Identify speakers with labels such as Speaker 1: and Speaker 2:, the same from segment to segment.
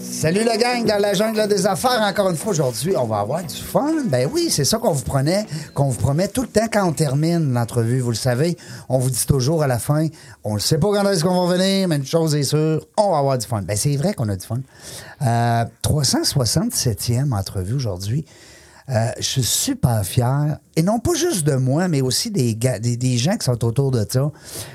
Speaker 1: Salut le gang dans la jungle des affaires. Encore une fois, aujourd'hui, on va avoir du fun. Ben oui, c'est ça qu'on vous prenait, qu'on vous promet tout le temps quand on termine l'entrevue. Vous le savez, on vous dit toujours à la fin, on ne sait pas quand est-ce qu'on va venir, mais une chose est sûre, on va avoir du fun. Ben c'est vrai qu'on a du fun. Euh, 367e entrevue aujourd'hui. Euh, je suis super fier, et non pas juste de moi, mais aussi des, ga- des, des gens qui sont autour de ça.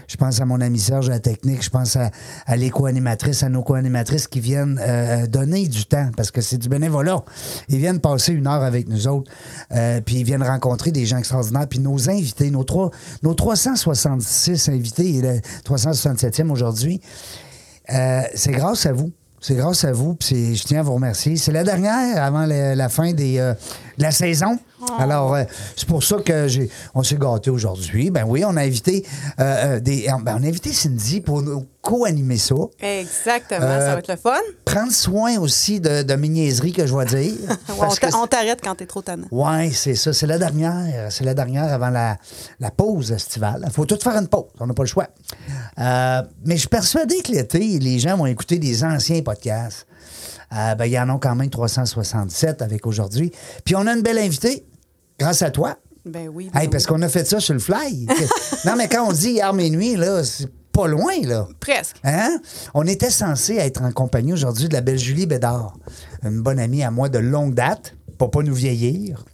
Speaker 1: Je pense à mon ami Serge à la technique, je pense à, à les co-animatrices, à nos co-animatrices qui viennent euh, donner du temps, parce que c'est du bénévolat. Ils viennent passer une heure avec nous autres, euh, puis ils viennent rencontrer des gens extraordinaires, puis nos invités, nos, trois, nos 366 invités, et le 367e aujourd'hui, euh, c'est grâce à vous. C'est grâce à vous. Puis c'est- je tiens à vous remercier. C'est la dernière avant la, la fin des, euh, de la saison.
Speaker 2: Oh.
Speaker 1: Alors, euh, c'est pour ça que j'ai, on s'est gâté aujourd'hui. Ben oui, on a invité euh, euh, des, euh, ben, on a invité Cindy pour nous co-animer ça.
Speaker 2: Exactement,
Speaker 1: Euh,
Speaker 2: ça va être le fun.
Speaker 1: Prendre soin aussi de, de mes niaiseries que je vais dire.
Speaker 2: On
Speaker 1: parce que
Speaker 2: t'a- on t'arrête quand t'es trop tannant.
Speaker 1: oui, c'est ça. C'est la dernière. C'est la dernière avant la, la pause estivale. Il faut tout faire une pause. On n'a pas le choix. Euh, mais je suis persuadé que l'été, les gens vont écouter des anciens podcasts. Euh, ben, il y en a quand même 367 avec aujourd'hui. Puis on a une belle invitée, grâce à toi.
Speaker 2: Ben oui. ben
Speaker 1: Hey, parce
Speaker 2: oui.
Speaker 1: qu'on a fait ça sur le fly. non, mais quand on dit hier minuit, là, c'est pas loin, là.
Speaker 2: Presque.
Speaker 1: Hein? On était censé être en compagnie aujourd'hui de la belle Julie Bédard, une bonne amie à moi de longue date, pour pas nous vieillir.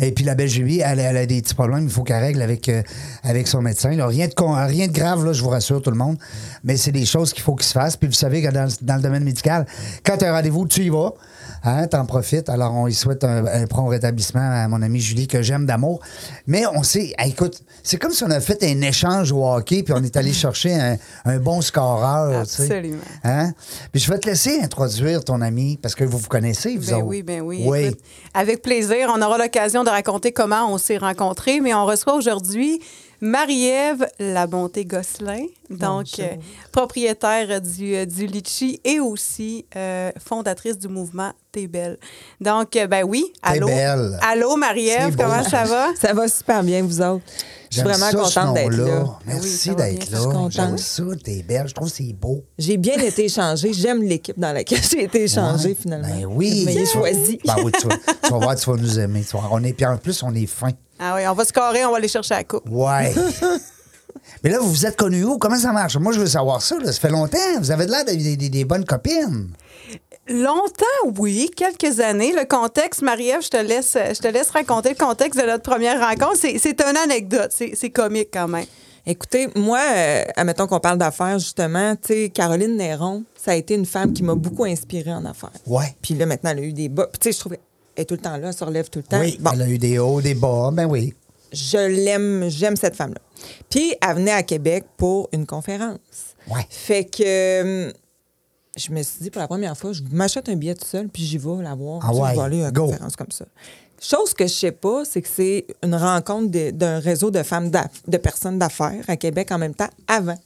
Speaker 1: Et puis la belle Julie, elle, elle a des petits problèmes, il faut qu'elle règle avec, euh, avec son médecin. là. Rien, de, con- rien de grave, là, je vous rassure tout le monde, mais c'est des choses qu'il faut qu'il se fasse. Puis vous savez que dans, le- dans le domaine médical, quand tu as un rendez-vous, tu y vas, hein, t'en profites. Alors on y souhaite un, un prompt rétablissement à mon amie Julie, que j'aime d'amour. Mais on sait, ah, écoute, c'est comme si on a fait un échange au hockey, puis on est allé chercher un, un bon scoreur. tu sais.
Speaker 2: Absolument.
Speaker 1: Hein? Puis je vais te laisser introduire ton ami, parce que vous vous connaissez, vous
Speaker 2: Ben
Speaker 1: autres.
Speaker 2: oui, ben oui.
Speaker 1: Oui.
Speaker 2: Écoute, avec plaisir, on aura l'occasion de raconter comment on s'est rencontrés, mais on reçoit aujourd'hui Marie-Ève La Bonté Gosselin, donc euh, propriétaire du, euh, du Litchi et aussi euh, fondatrice du mouvement T'es belle. Donc, euh, ben oui, allô.
Speaker 1: belle.
Speaker 2: Allô, Marie-Ève,
Speaker 1: C'est beau.
Speaker 2: comment ça va?
Speaker 3: Ça va super bien, vous autres. Je suis
Speaker 1: J'aime ça,
Speaker 3: vraiment
Speaker 1: ce
Speaker 3: contente d'être
Speaker 1: nom-là.
Speaker 3: là.
Speaker 2: Oui,
Speaker 3: Ben
Speaker 1: Merci
Speaker 2: ça va bien,
Speaker 1: d'être
Speaker 2: je suis
Speaker 1: là.
Speaker 3: contente.
Speaker 1: J'aime ça, t'es belle. Je trouve que c'est beau.
Speaker 3: J'ai bien été échangée. J'aime l'équipe dans laquelle j'ai été échangée,
Speaker 1: Ouais.
Speaker 3: finalement.
Speaker 1: Ben oui.
Speaker 3: Mais j'ai
Speaker 1: Tu-
Speaker 3: choisi.
Speaker 1: Ben oui, tu, vas, tu vas voir, tu vas nous aimer. tu vas voir. on est, puis en plus, on est fin.
Speaker 2: Ah oui, on va se carrer, on va aller chercher la coupe.
Speaker 1: Ouais. Mais là, vous vous êtes connus où? Comment ça marche? Moi, je veux savoir ça. là. Ça fait longtemps. Vous avez de l'air d'avoir des, des- des bonnes copines.
Speaker 2: Longtemps, oui, quelques années. Le contexte, Marie-Ève, je te laisse, je te laisse raconter le contexte de notre première rencontre. C'est, c'est une anecdote, c'est, c'est comique quand même.
Speaker 3: Écoutez, moi, euh, admettons qu'on parle d'affaires, justement, tu sais, Caroline Néron, ça a été une femme qui m'a beaucoup inspirée en affaires.
Speaker 1: Ouais.
Speaker 3: Puis là, maintenant, elle a eu des bas. Puis tu sais, je trouve elle est tout le temps là, elle se relève tout le temps.
Speaker 1: Oui.
Speaker 3: Bon.
Speaker 1: Elle a eu des hauts, des bas. Ben oui.
Speaker 3: je l'aime, j'aime cette femme-là. Puis elle venait à Québec pour une conférence.
Speaker 1: Ouais.
Speaker 3: Fait que hum, je me suis dit pour la première fois, je m'achète un billet tout seul, puis j'y vais la voir.
Speaker 1: Ah
Speaker 3: Tu sais,
Speaker 1: ouais,
Speaker 3: je vais aller à une
Speaker 1: go.
Speaker 3: conférence comme ça. Chose que je sais pas, c'est que c'est une rencontre de- d'un réseau de femmes d'aff- de personnes d'affaires à Québec en même temps avant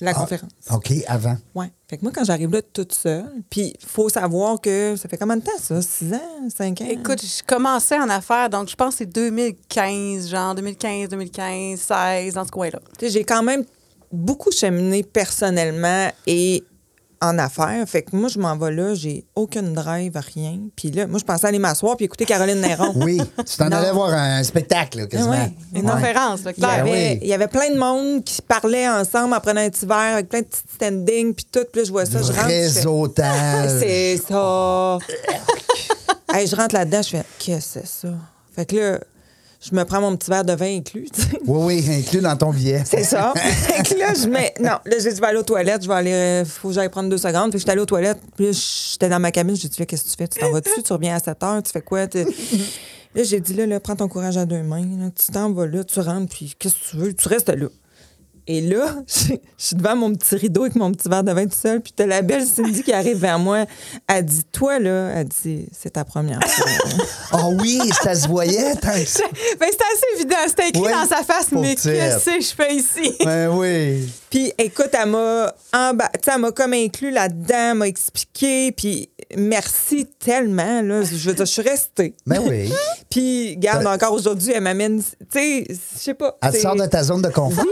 Speaker 3: la
Speaker 1: Ah,
Speaker 3: conférence.
Speaker 1: OK, avant.
Speaker 3: Ouais. Fait que moi, quand j'arrive là toute seule, puis faut savoir que ça fait combien de temps ça? 6 ans? 5 ans?
Speaker 2: Écoute, je commençais en affaires, donc je pense que c'est 2015, genre 2015, 2015, 16, dans ce coin-là.
Speaker 3: Tu sais, j'ai quand même beaucoup cheminé personnellement et en affaires. Fait que moi, je m'en vais là, j'ai aucune drive, rien. Puis là, moi, je pensais aller m'asseoir puis écouter Caroline Néron.
Speaker 1: Oui. Tu t'en
Speaker 3: Non.
Speaker 1: allais voir un spectacle, là, quasiment.
Speaker 3: Ouais,
Speaker 2: Une
Speaker 1: Ouais.
Speaker 2: conférence, là,
Speaker 3: Il y,
Speaker 2: clair.
Speaker 1: Ben
Speaker 3: avait,
Speaker 1: oui.
Speaker 3: il y avait plein de monde qui parlait ensemble en prenant un petit verre avec plein de petits standings puis tout. Puis là, je vois ça, je rentre. je fais, Ah,
Speaker 1: Réseautage.
Speaker 3: C'est ça. Hey, je rentre là-dedans, je fais, qu'est-ce que c'est ça? Fait que là, je me prends mon petit verre de vin inclus. tu sais.
Speaker 1: Oui, oui, inclus dans ton billet.
Speaker 3: C'est ça. Fait que là, je mets. Non, là, j'ai dit, je vais aller aux toilettes, je vais aller. euh, faut que j'aille prendre deux secondes. Fait que j'étais allée aux toilettes, puis là, j'étais dans ma cabine, j'ai dit, Là, qu'est-ce que tu fais? Tu t'en vas dessus, tu reviens à 7 heures, tu fais quoi? Tu- Là, j'ai dit, là, là, prends ton courage à deux mains, là. tu t'en vas là, tu rentres, puis qu'est-ce que tu veux? Tu restes là. Et là, je je suis devant mon petit rideau avec mon petit verre de vin tout seul, puis t'as la belle Cindy qui arrive vers moi. Elle dit, toi, là, elle dit, c'est ta première fois.
Speaker 1: Ah oui, ça se voyait. tant que ça.
Speaker 2: Ben, c'était assez évident. C'était écrit
Speaker 1: Oui,
Speaker 2: dans sa face,
Speaker 1: pour
Speaker 2: mais
Speaker 1: dire.
Speaker 2: qu'est-ce que je fais ici?
Speaker 1: Ben oui.
Speaker 3: Puis écoute, elle m'a emba- tu sais, elle m'a comme inclus là-dedans, elle m'a expliqué, puis merci tellement là, je veux dire, je suis restée.
Speaker 1: Ben oui.
Speaker 3: Puis garde
Speaker 1: Ben-
Speaker 3: encore aujourd'hui, elle m'amène, tu sais, je sais pas,
Speaker 1: Elle te
Speaker 3: c'est-
Speaker 1: sort de hein? ta zone de confort.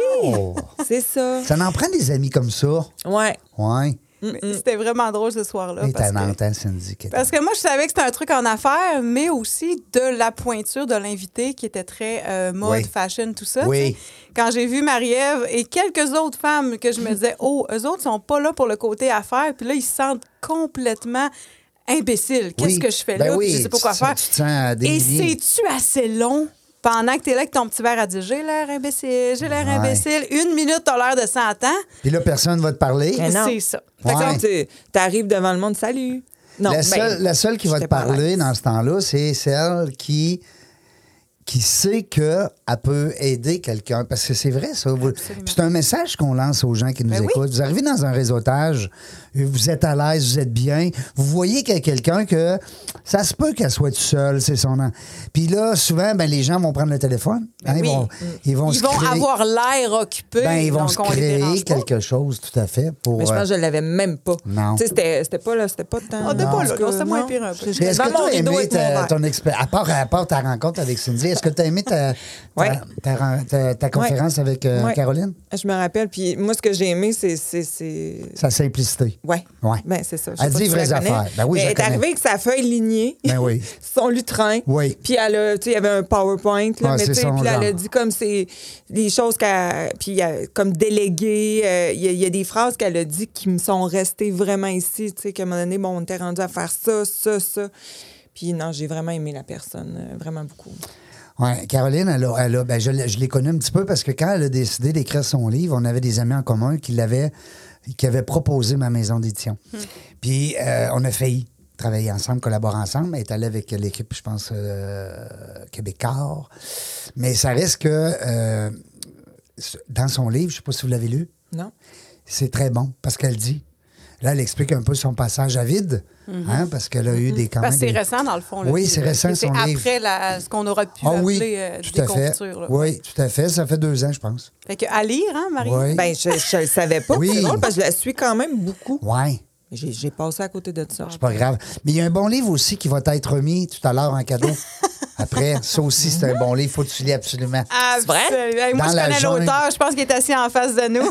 Speaker 3: c'est ça.
Speaker 1: Ça n'en prend des amis comme ça.
Speaker 3: Ouais.
Speaker 1: Ouais.
Speaker 2: Mais C'était vraiment drôle ce soir-là.
Speaker 1: Et
Speaker 2: Ah, parce
Speaker 1: t'en
Speaker 2: que-
Speaker 1: entends, Cindy. que-
Speaker 2: Parce que moi, je savais que c'était un truc en affaires, mais aussi de la pointure de l'invité qui était très euh, mode,
Speaker 1: Oui.
Speaker 2: fashion, tout ça. tu
Speaker 1: Oui.
Speaker 2: sais. Quand j'ai vu Marie-Ève et quelques autres femmes que je me disais, oh, eux autres sont pas là pour le côté affaires, puis là, ils se sentent complètement imbéciles. Qu'est-ce
Speaker 1: Oui.
Speaker 2: que je fais
Speaker 1: Ben
Speaker 2: là?
Speaker 1: oui,
Speaker 2: je sais pas quoi
Speaker 1: tu-
Speaker 2: faire.
Speaker 1: tu te sens
Speaker 2: et
Speaker 1: dénigré.
Speaker 2: c'est-tu assez long? Pendant que t'es là avec ton petit verre à dire j'ai l'air imbécile, j'ai l'air
Speaker 1: Ouais.
Speaker 2: imbécile, une minute t'as l'air de 100 ans,
Speaker 1: Puis là, personne va te parler.
Speaker 3: Ben non.
Speaker 2: c'est ça.
Speaker 3: Fait que
Speaker 1: Ouais.
Speaker 3: là, tu t'arrives devant le monde, salut. Non,
Speaker 1: la,
Speaker 3: ben,
Speaker 1: seule, la seule qui va te
Speaker 3: j'étais pas à
Speaker 1: parler
Speaker 3: l'aise.
Speaker 1: dans ce temps-là, c'est celle qui, qui sait qu'elle peut aider quelqu'un. Parce que c'est vrai, ça. Vous- puis c'est un message qu'on lance aux gens qui nous
Speaker 2: Ben oui.
Speaker 1: écoutent. Vous arrivez dans un réseautage, vous êtes à l'aise, vous êtes bien. Vous voyez qu'il y a quelqu'un que ça se peut qu'elle soit toute seule, c'est son nom. Puis là, souvent, ben, les gens vont prendre le téléphone. Hein,
Speaker 2: Ben
Speaker 1: ils
Speaker 2: oui.
Speaker 1: vont, ils vont
Speaker 2: Ils
Speaker 1: se
Speaker 2: vont
Speaker 1: créer-
Speaker 2: avoir l'air occupés.
Speaker 1: ben, ils vont
Speaker 2: donc
Speaker 1: se
Speaker 2: on les
Speaker 1: créer
Speaker 2: dérange pas.
Speaker 1: quelque chose, tout à fait. Pour,
Speaker 3: Mais je pense
Speaker 1: euh,
Speaker 3: que je l'avais même pas.
Speaker 1: Non.
Speaker 3: Tu sais, c'était c'était pas là, c'était pas tant.
Speaker 2: On était
Speaker 3: En
Speaker 2: pas
Speaker 3: tout
Speaker 2: là,
Speaker 3: cas,
Speaker 2: c'était moins
Speaker 3: non.
Speaker 2: pire un peu.
Speaker 3: J'étais
Speaker 1: Puis Est-ce que
Speaker 3: devant mon
Speaker 1: tu as
Speaker 3: rideau
Speaker 1: aimé
Speaker 3: avec mon
Speaker 1: ta,
Speaker 3: verre.
Speaker 1: ton expérience, à part, à part ta rencontre avec Cindy, est-ce que tu as aimé ta, ta,
Speaker 3: Ouais.
Speaker 1: ta- ta- ta conférence avec euh,
Speaker 3: Ouais.
Speaker 1: Caroline?
Speaker 3: Je me rappelle, puis moi, ce que j'ai aimé, c'est- c'est- c'est
Speaker 1: Sa simplicité.
Speaker 3: Ouais.
Speaker 1: Ouais.
Speaker 3: Ben, c'est ça. Je
Speaker 1: Elle
Speaker 3: sais pas
Speaker 1: dit
Speaker 3: si tu
Speaker 1: vraies
Speaker 3: la connais.
Speaker 1: affaires. Ben oui,
Speaker 3: Mais
Speaker 1: je la
Speaker 3: Elle est
Speaker 1: connais.
Speaker 3: arrivée avec sa feuille lignée.
Speaker 1: Ben oui.
Speaker 3: son lutrin.
Speaker 1: Oui.
Speaker 3: Puis elle a, tu sais, il y avait un PowerPoint, là,
Speaker 1: Ouais,
Speaker 3: mais
Speaker 1: c'est
Speaker 3: tu sais,
Speaker 1: son
Speaker 3: puis elle a
Speaker 1: genre.
Speaker 3: dit comme c'est les choses qu'elle. Puis euh, comme déléguée, euh, il y, a- il y a des phrases qu'elle a dit qui me sont restées vraiment ici, tu sais, qu'à un moment donné, bon, on était rendu à faire ça, ça, ça. Puis non, j'ai vraiment aimé la personne, euh, vraiment beaucoup.
Speaker 1: Ouais, Caroline, elle a- elle a- ben, je, l'ai- je l'ai connue un petit peu parce que quand elle a décidé d'écrire son livre, on avait des amis en commun qui l'avaient, qui avaient proposé ma maison d'édition.
Speaker 3: Hmm.
Speaker 1: Puis euh, on a failli travailler ensemble, collaborer ensemble. Elle est allée avec l'équipe, je pense, euh, Québécois. Mais ça reste que euh, dans son livre, je ne sais pas si vous l'avez lu,
Speaker 3: Non?
Speaker 1: c'est très bon parce qu'elle dit. Là, elle explique un peu son passage à vide, hein, parce qu'elle a eu des quand
Speaker 2: Parce
Speaker 1: même
Speaker 2: que c'est
Speaker 1: des-
Speaker 2: récent, dans le fond. là,
Speaker 1: Oui,
Speaker 2: puis,
Speaker 1: c'est
Speaker 2: euh,
Speaker 1: récent,
Speaker 2: C'est
Speaker 1: son
Speaker 2: après la- ce qu'on aura pu
Speaker 1: Ah oui,
Speaker 2: appeler euh,
Speaker 1: tout à fait.
Speaker 2: déconfiture. là.
Speaker 1: Oui, tout à fait. Ça fait deux ans, je pense.
Speaker 2: Fait que à lire, hein, Marie?
Speaker 1: Oui.
Speaker 3: Ben, je, je le savais pas.
Speaker 1: Oui.
Speaker 3: C'est drôle parce que je la suis quand même beaucoup.
Speaker 1: Ouais,
Speaker 3: J'ai j'ai passé à côté de ça.
Speaker 1: c'est pas grave. Mais il y a un bon livre aussi qui va être remis tout à l'heure en cadeau. Après, ça aussi, c'est un bon livre. Faut que tu lis absolument.
Speaker 2: Absolument. Hey, Moi,
Speaker 1: Dans
Speaker 2: je
Speaker 1: la
Speaker 2: connais
Speaker 1: jungle.
Speaker 2: l'auteur. Je pense qu'il est assis en face de nous.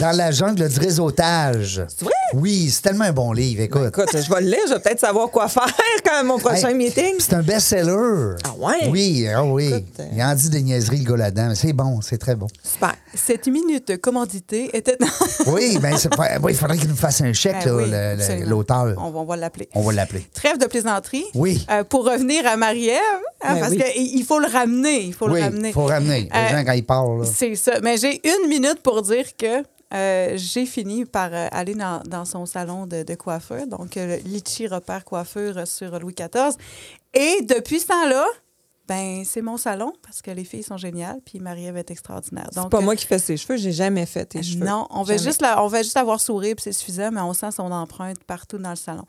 Speaker 1: Dans la jungle du réseautage. C'est
Speaker 3: vrai?
Speaker 1: Oui, c'est tellement un bon livre, écoute.
Speaker 3: Écoute, je vais le lire, je vais peut-être savoir quoi faire quand mon prochain
Speaker 1: Hey,
Speaker 3: meeting.
Speaker 1: C'est un best-seller.
Speaker 3: Ah ouais?
Speaker 1: Oui, ah oui.
Speaker 3: Écoute, euh.
Speaker 1: Il en dit des niaiseries, le gars là-dedans. mais C'est bon, c'est très bon.
Speaker 3: Super.
Speaker 2: Cette minute commanditée était...
Speaker 1: Oui, ben, c'est pas- oui, il faudrait qu'il nous fasse un chèque,
Speaker 2: Ben
Speaker 1: là,
Speaker 2: oui,
Speaker 1: le- le-
Speaker 2: absolument.
Speaker 1: l'auteur.
Speaker 2: On va, on va l'appeler.
Speaker 1: On va l'appeler.
Speaker 2: Trêve de plaisanterie.
Speaker 1: Oui.
Speaker 2: Euh, pour revenir à Marie-Ève, hein,
Speaker 3: Ben
Speaker 2: parce
Speaker 3: oui.
Speaker 2: qu'il faut le ramener. Il faut
Speaker 1: oui,
Speaker 2: le ramener.
Speaker 1: faut ramener. Les
Speaker 2: Euh,
Speaker 1: gens, quand ils parlent, là.
Speaker 2: C'est ça. Mais j'ai une minute pour dire que euh, j'ai fini par euh, aller dans, dans son salon de, de coiffeur, donc euh, le Litchi Repère Coiffure euh, sur Louis XIV. Et depuis ce temps-là, ben c'est mon salon parce que les filles sont géniales, puis Marie-Ève est extraordinaire.
Speaker 3: C'est
Speaker 2: Donc,
Speaker 1: euh,
Speaker 2: euh,
Speaker 3: pas moi qui fais ses cheveux, j'ai jamais fait tes cheveux.
Speaker 2: non, on va,
Speaker 3: Jamais.
Speaker 2: juste la- on va juste avoir sourire, puis c'est suffisant, mais on sent son empreinte partout dans le salon.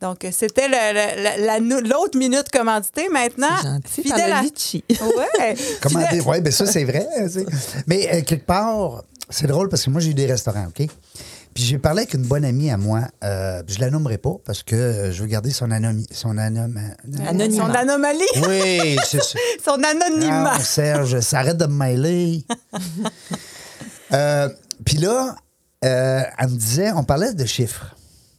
Speaker 2: Donc, euh, c'était le- le- la- la nou- l'autre minute commanditée. Maintenant,
Speaker 3: C'est gentil, par
Speaker 2: fidèle
Speaker 3: le
Speaker 2: à...
Speaker 3: litchi.
Speaker 2: Ouais,
Speaker 1: Comment
Speaker 2: fidèle-
Speaker 1: dire? Oui, bien ça, c'est vrai. hein, tu sais. Mais euh, quelque part, c'est drôle parce que moi, j'ai eu des restaurants, OK? Puis j'ai parlé avec une bonne amie à moi. euh, je la nommerai pas parce que euh, je veux garder son anonyme. Son anom...
Speaker 3: Anonymat.
Speaker 2: Son anomalie,
Speaker 1: Oui, c'est ça.
Speaker 2: son anonymat.
Speaker 1: Non, Ah, Serge, ça arrête de me mêler. Euh, Puis là, euh, elle me disait, on parlait de chiffres.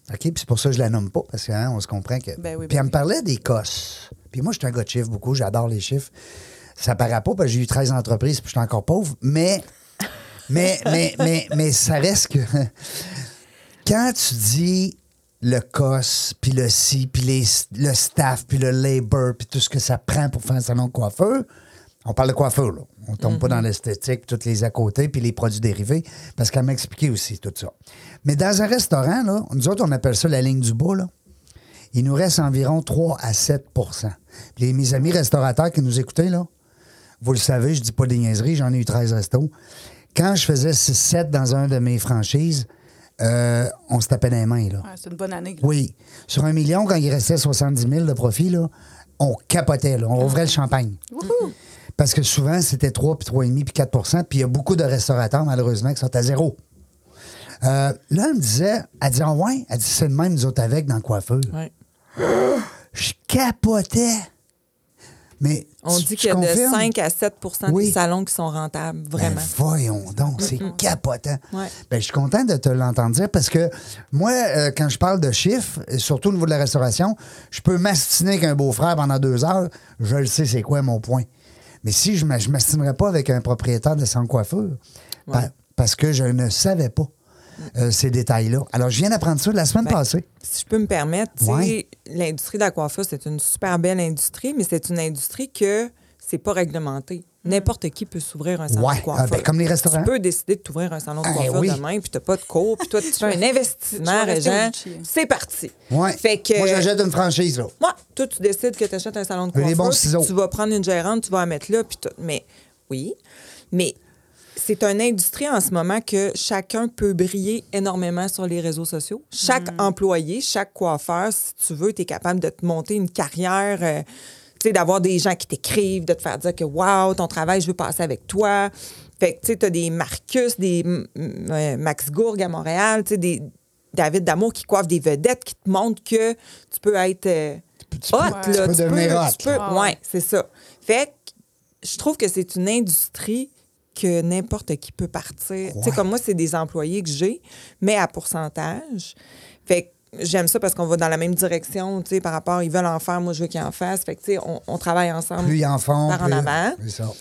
Speaker 1: OK? Puis c'est pour ça que je la nomme pas, parce qu'on se comprend que.
Speaker 2: Ben oui, ben
Speaker 1: Puis elle me parlait des cosses. Puis moi, je suis un gars de chiffres beaucoup, j'adore les chiffres. Ça paraît pas, parce que j'ai eu 13 entreprises, puis je suis encore pauvre. Mais, mais, mais, mais, mais ça reste que. Quand tu dis le COS, puis le ci, puis les- le staff, puis le labor, puis tout ce que ça prend pour faire un salon de coiffeur, On parle de coiffeur, là. On tombe pas dans l'esthétique, toutes les à côté, puis les produits dérivés, parce qu'elle m'a expliqué aussi tout ça. Mais dans un restaurant, là, nous autres, on appelle ça la ligne du bas, là. Il nous reste environ 3 à 7 Puis les- mes amis restaurateurs qui nous écoutaient, là, vous le savez, je dis pas des niaiseries, j'en ai eu 13 restos. Quand je faisais 6-7 dans un de mes franchises, euh, on se tapait les mains, là.
Speaker 2: Ouais, c'est une bonne année. là.
Speaker 1: Oui. Sur un million, quand il restait 70 000 de profit, là, on capotait, là. on ouvrait le champagne. Parce que souvent, c'était 3, puis 3,5, puis 4 puis il y a beaucoup de restaurateurs, malheureusement, qui sont à zéro. Euh, là, elle me disait, elle dit, Ah ouais, elle dit, c'est le même, nous autres, avec, dans le coiffeur.
Speaker 3: Ouais.
Speaker 1: Je capotais. Mais
Speaker 3: On
Speaker 1: tu-
Speaker 3: dit
Speaker 1: tu
Speaker 3: qu'il y a de
Speaker 1: confirmes?
Speaker 3: 5 à 7
Speaker 1: Oui.
Speaker 3: des salons qui sont rentables, vraiment.
Speaker 1: Ben, voyons donc, c'est capotant.
Speaker 3: Ouais.
Speaker 1: Ben, je suis content de te l'entendre dire parce que moi, euh, quand je parle de chiffres, et surtout au niveau de la restauration, je peux m'astiner avec un beau-frère pendant deux heures. Je le sais, c'est quoi mon point. Mais si je ne m'astinerais pas avec un propriétaire de sans coiffure, pa- parce que je ne savais pas euh, ces détails-là. Alors, je viens d'apprendre ça la semaine
Speaker 3: Mm. Ben,
Speaker 1: passée.
Speaker 3: si je peux me permettre, tu sais,
Speaker 1: Ouais.
Speaker 3: l'industrie de la coiffure, c'est une super belle industrie, mais c'est une industrie que c'est pas réglementé. N'importe qui peut s'ouvrir un salon
Speaker 1: Hmm. Ouais.
Speaker 3: de coiffure.
Speaker 1: Ah, ben, comme les restaurants.
Speaker 3: Tu peux décider de t'ouvrir un salon de
Speaker 1: Ah,
Speaker 3: coiffure
Speaker 1: oui.
Speaker 3: demain, puis t'as pas de cours, puis toi, tu fais un investissement,
Speaker 2: Je vais rester au
Speaker 3: Régent.
Speaker 2: Litchi.
Speaker 3: C'est parti.
Speaker 1: Ouais.
Speaker 3: Fait que,
Speaker 1: Moi, j'achète une franchise, là.
Speaker 3: moi, toi, tu décides que tu achètes un salon de
Speaker 1: Les
Speaker 3: coiffure.
Speaker 1: bons
Speaker 3: puis
Speaker 1: ciseaux.
Speaker 3: Tu vas prendre une gérante, tu vas la mettre là, puis tout. Mais oui, mais c'est une industrie en ce moment que chacun peut briller énormément sur les réseaux sociaux. Chaque employé, chaque coiffeur, si tu veux, tu es capable de te monter une carrière. euh, tu sais, d'avoir des gens qui t'écrivent, de te faire dire que wow, ton travail, je veux passer avec toi. Fait que tu sais, t'as des Marcus, des M- M- euh, Max Gourg à Montréal, tu sais, des David Damour qui coiffent des vedettes, qui te montrent que tu peux être euh, hot, là.
Speaker 1: tu peux devenir hot,
Speaker 3: tu peux-
Speaker 2: là.
Speaker 3: ouais, c'est ça. Fait que je trouve que c'est une industrie que n'importe qui peut partir. Tu sais,
Speaker 1: Ouais.
Speaker 3: comme moi, c'est des employés que j'ai, mais à pourcentage. Fait que j'aime ça parce qu'on va dans la même direction, tu sais, par rapport, ils veulent en faire, moi, je veux qu'ils en fassent. Fait que, tu sais, on, on travaille ensemble.
Speaker 1: Plus ils en font,
Speaker 3: Par en
Speaker 1: plus-
Speaker 3: avant.
Speaker 1: C'est ça.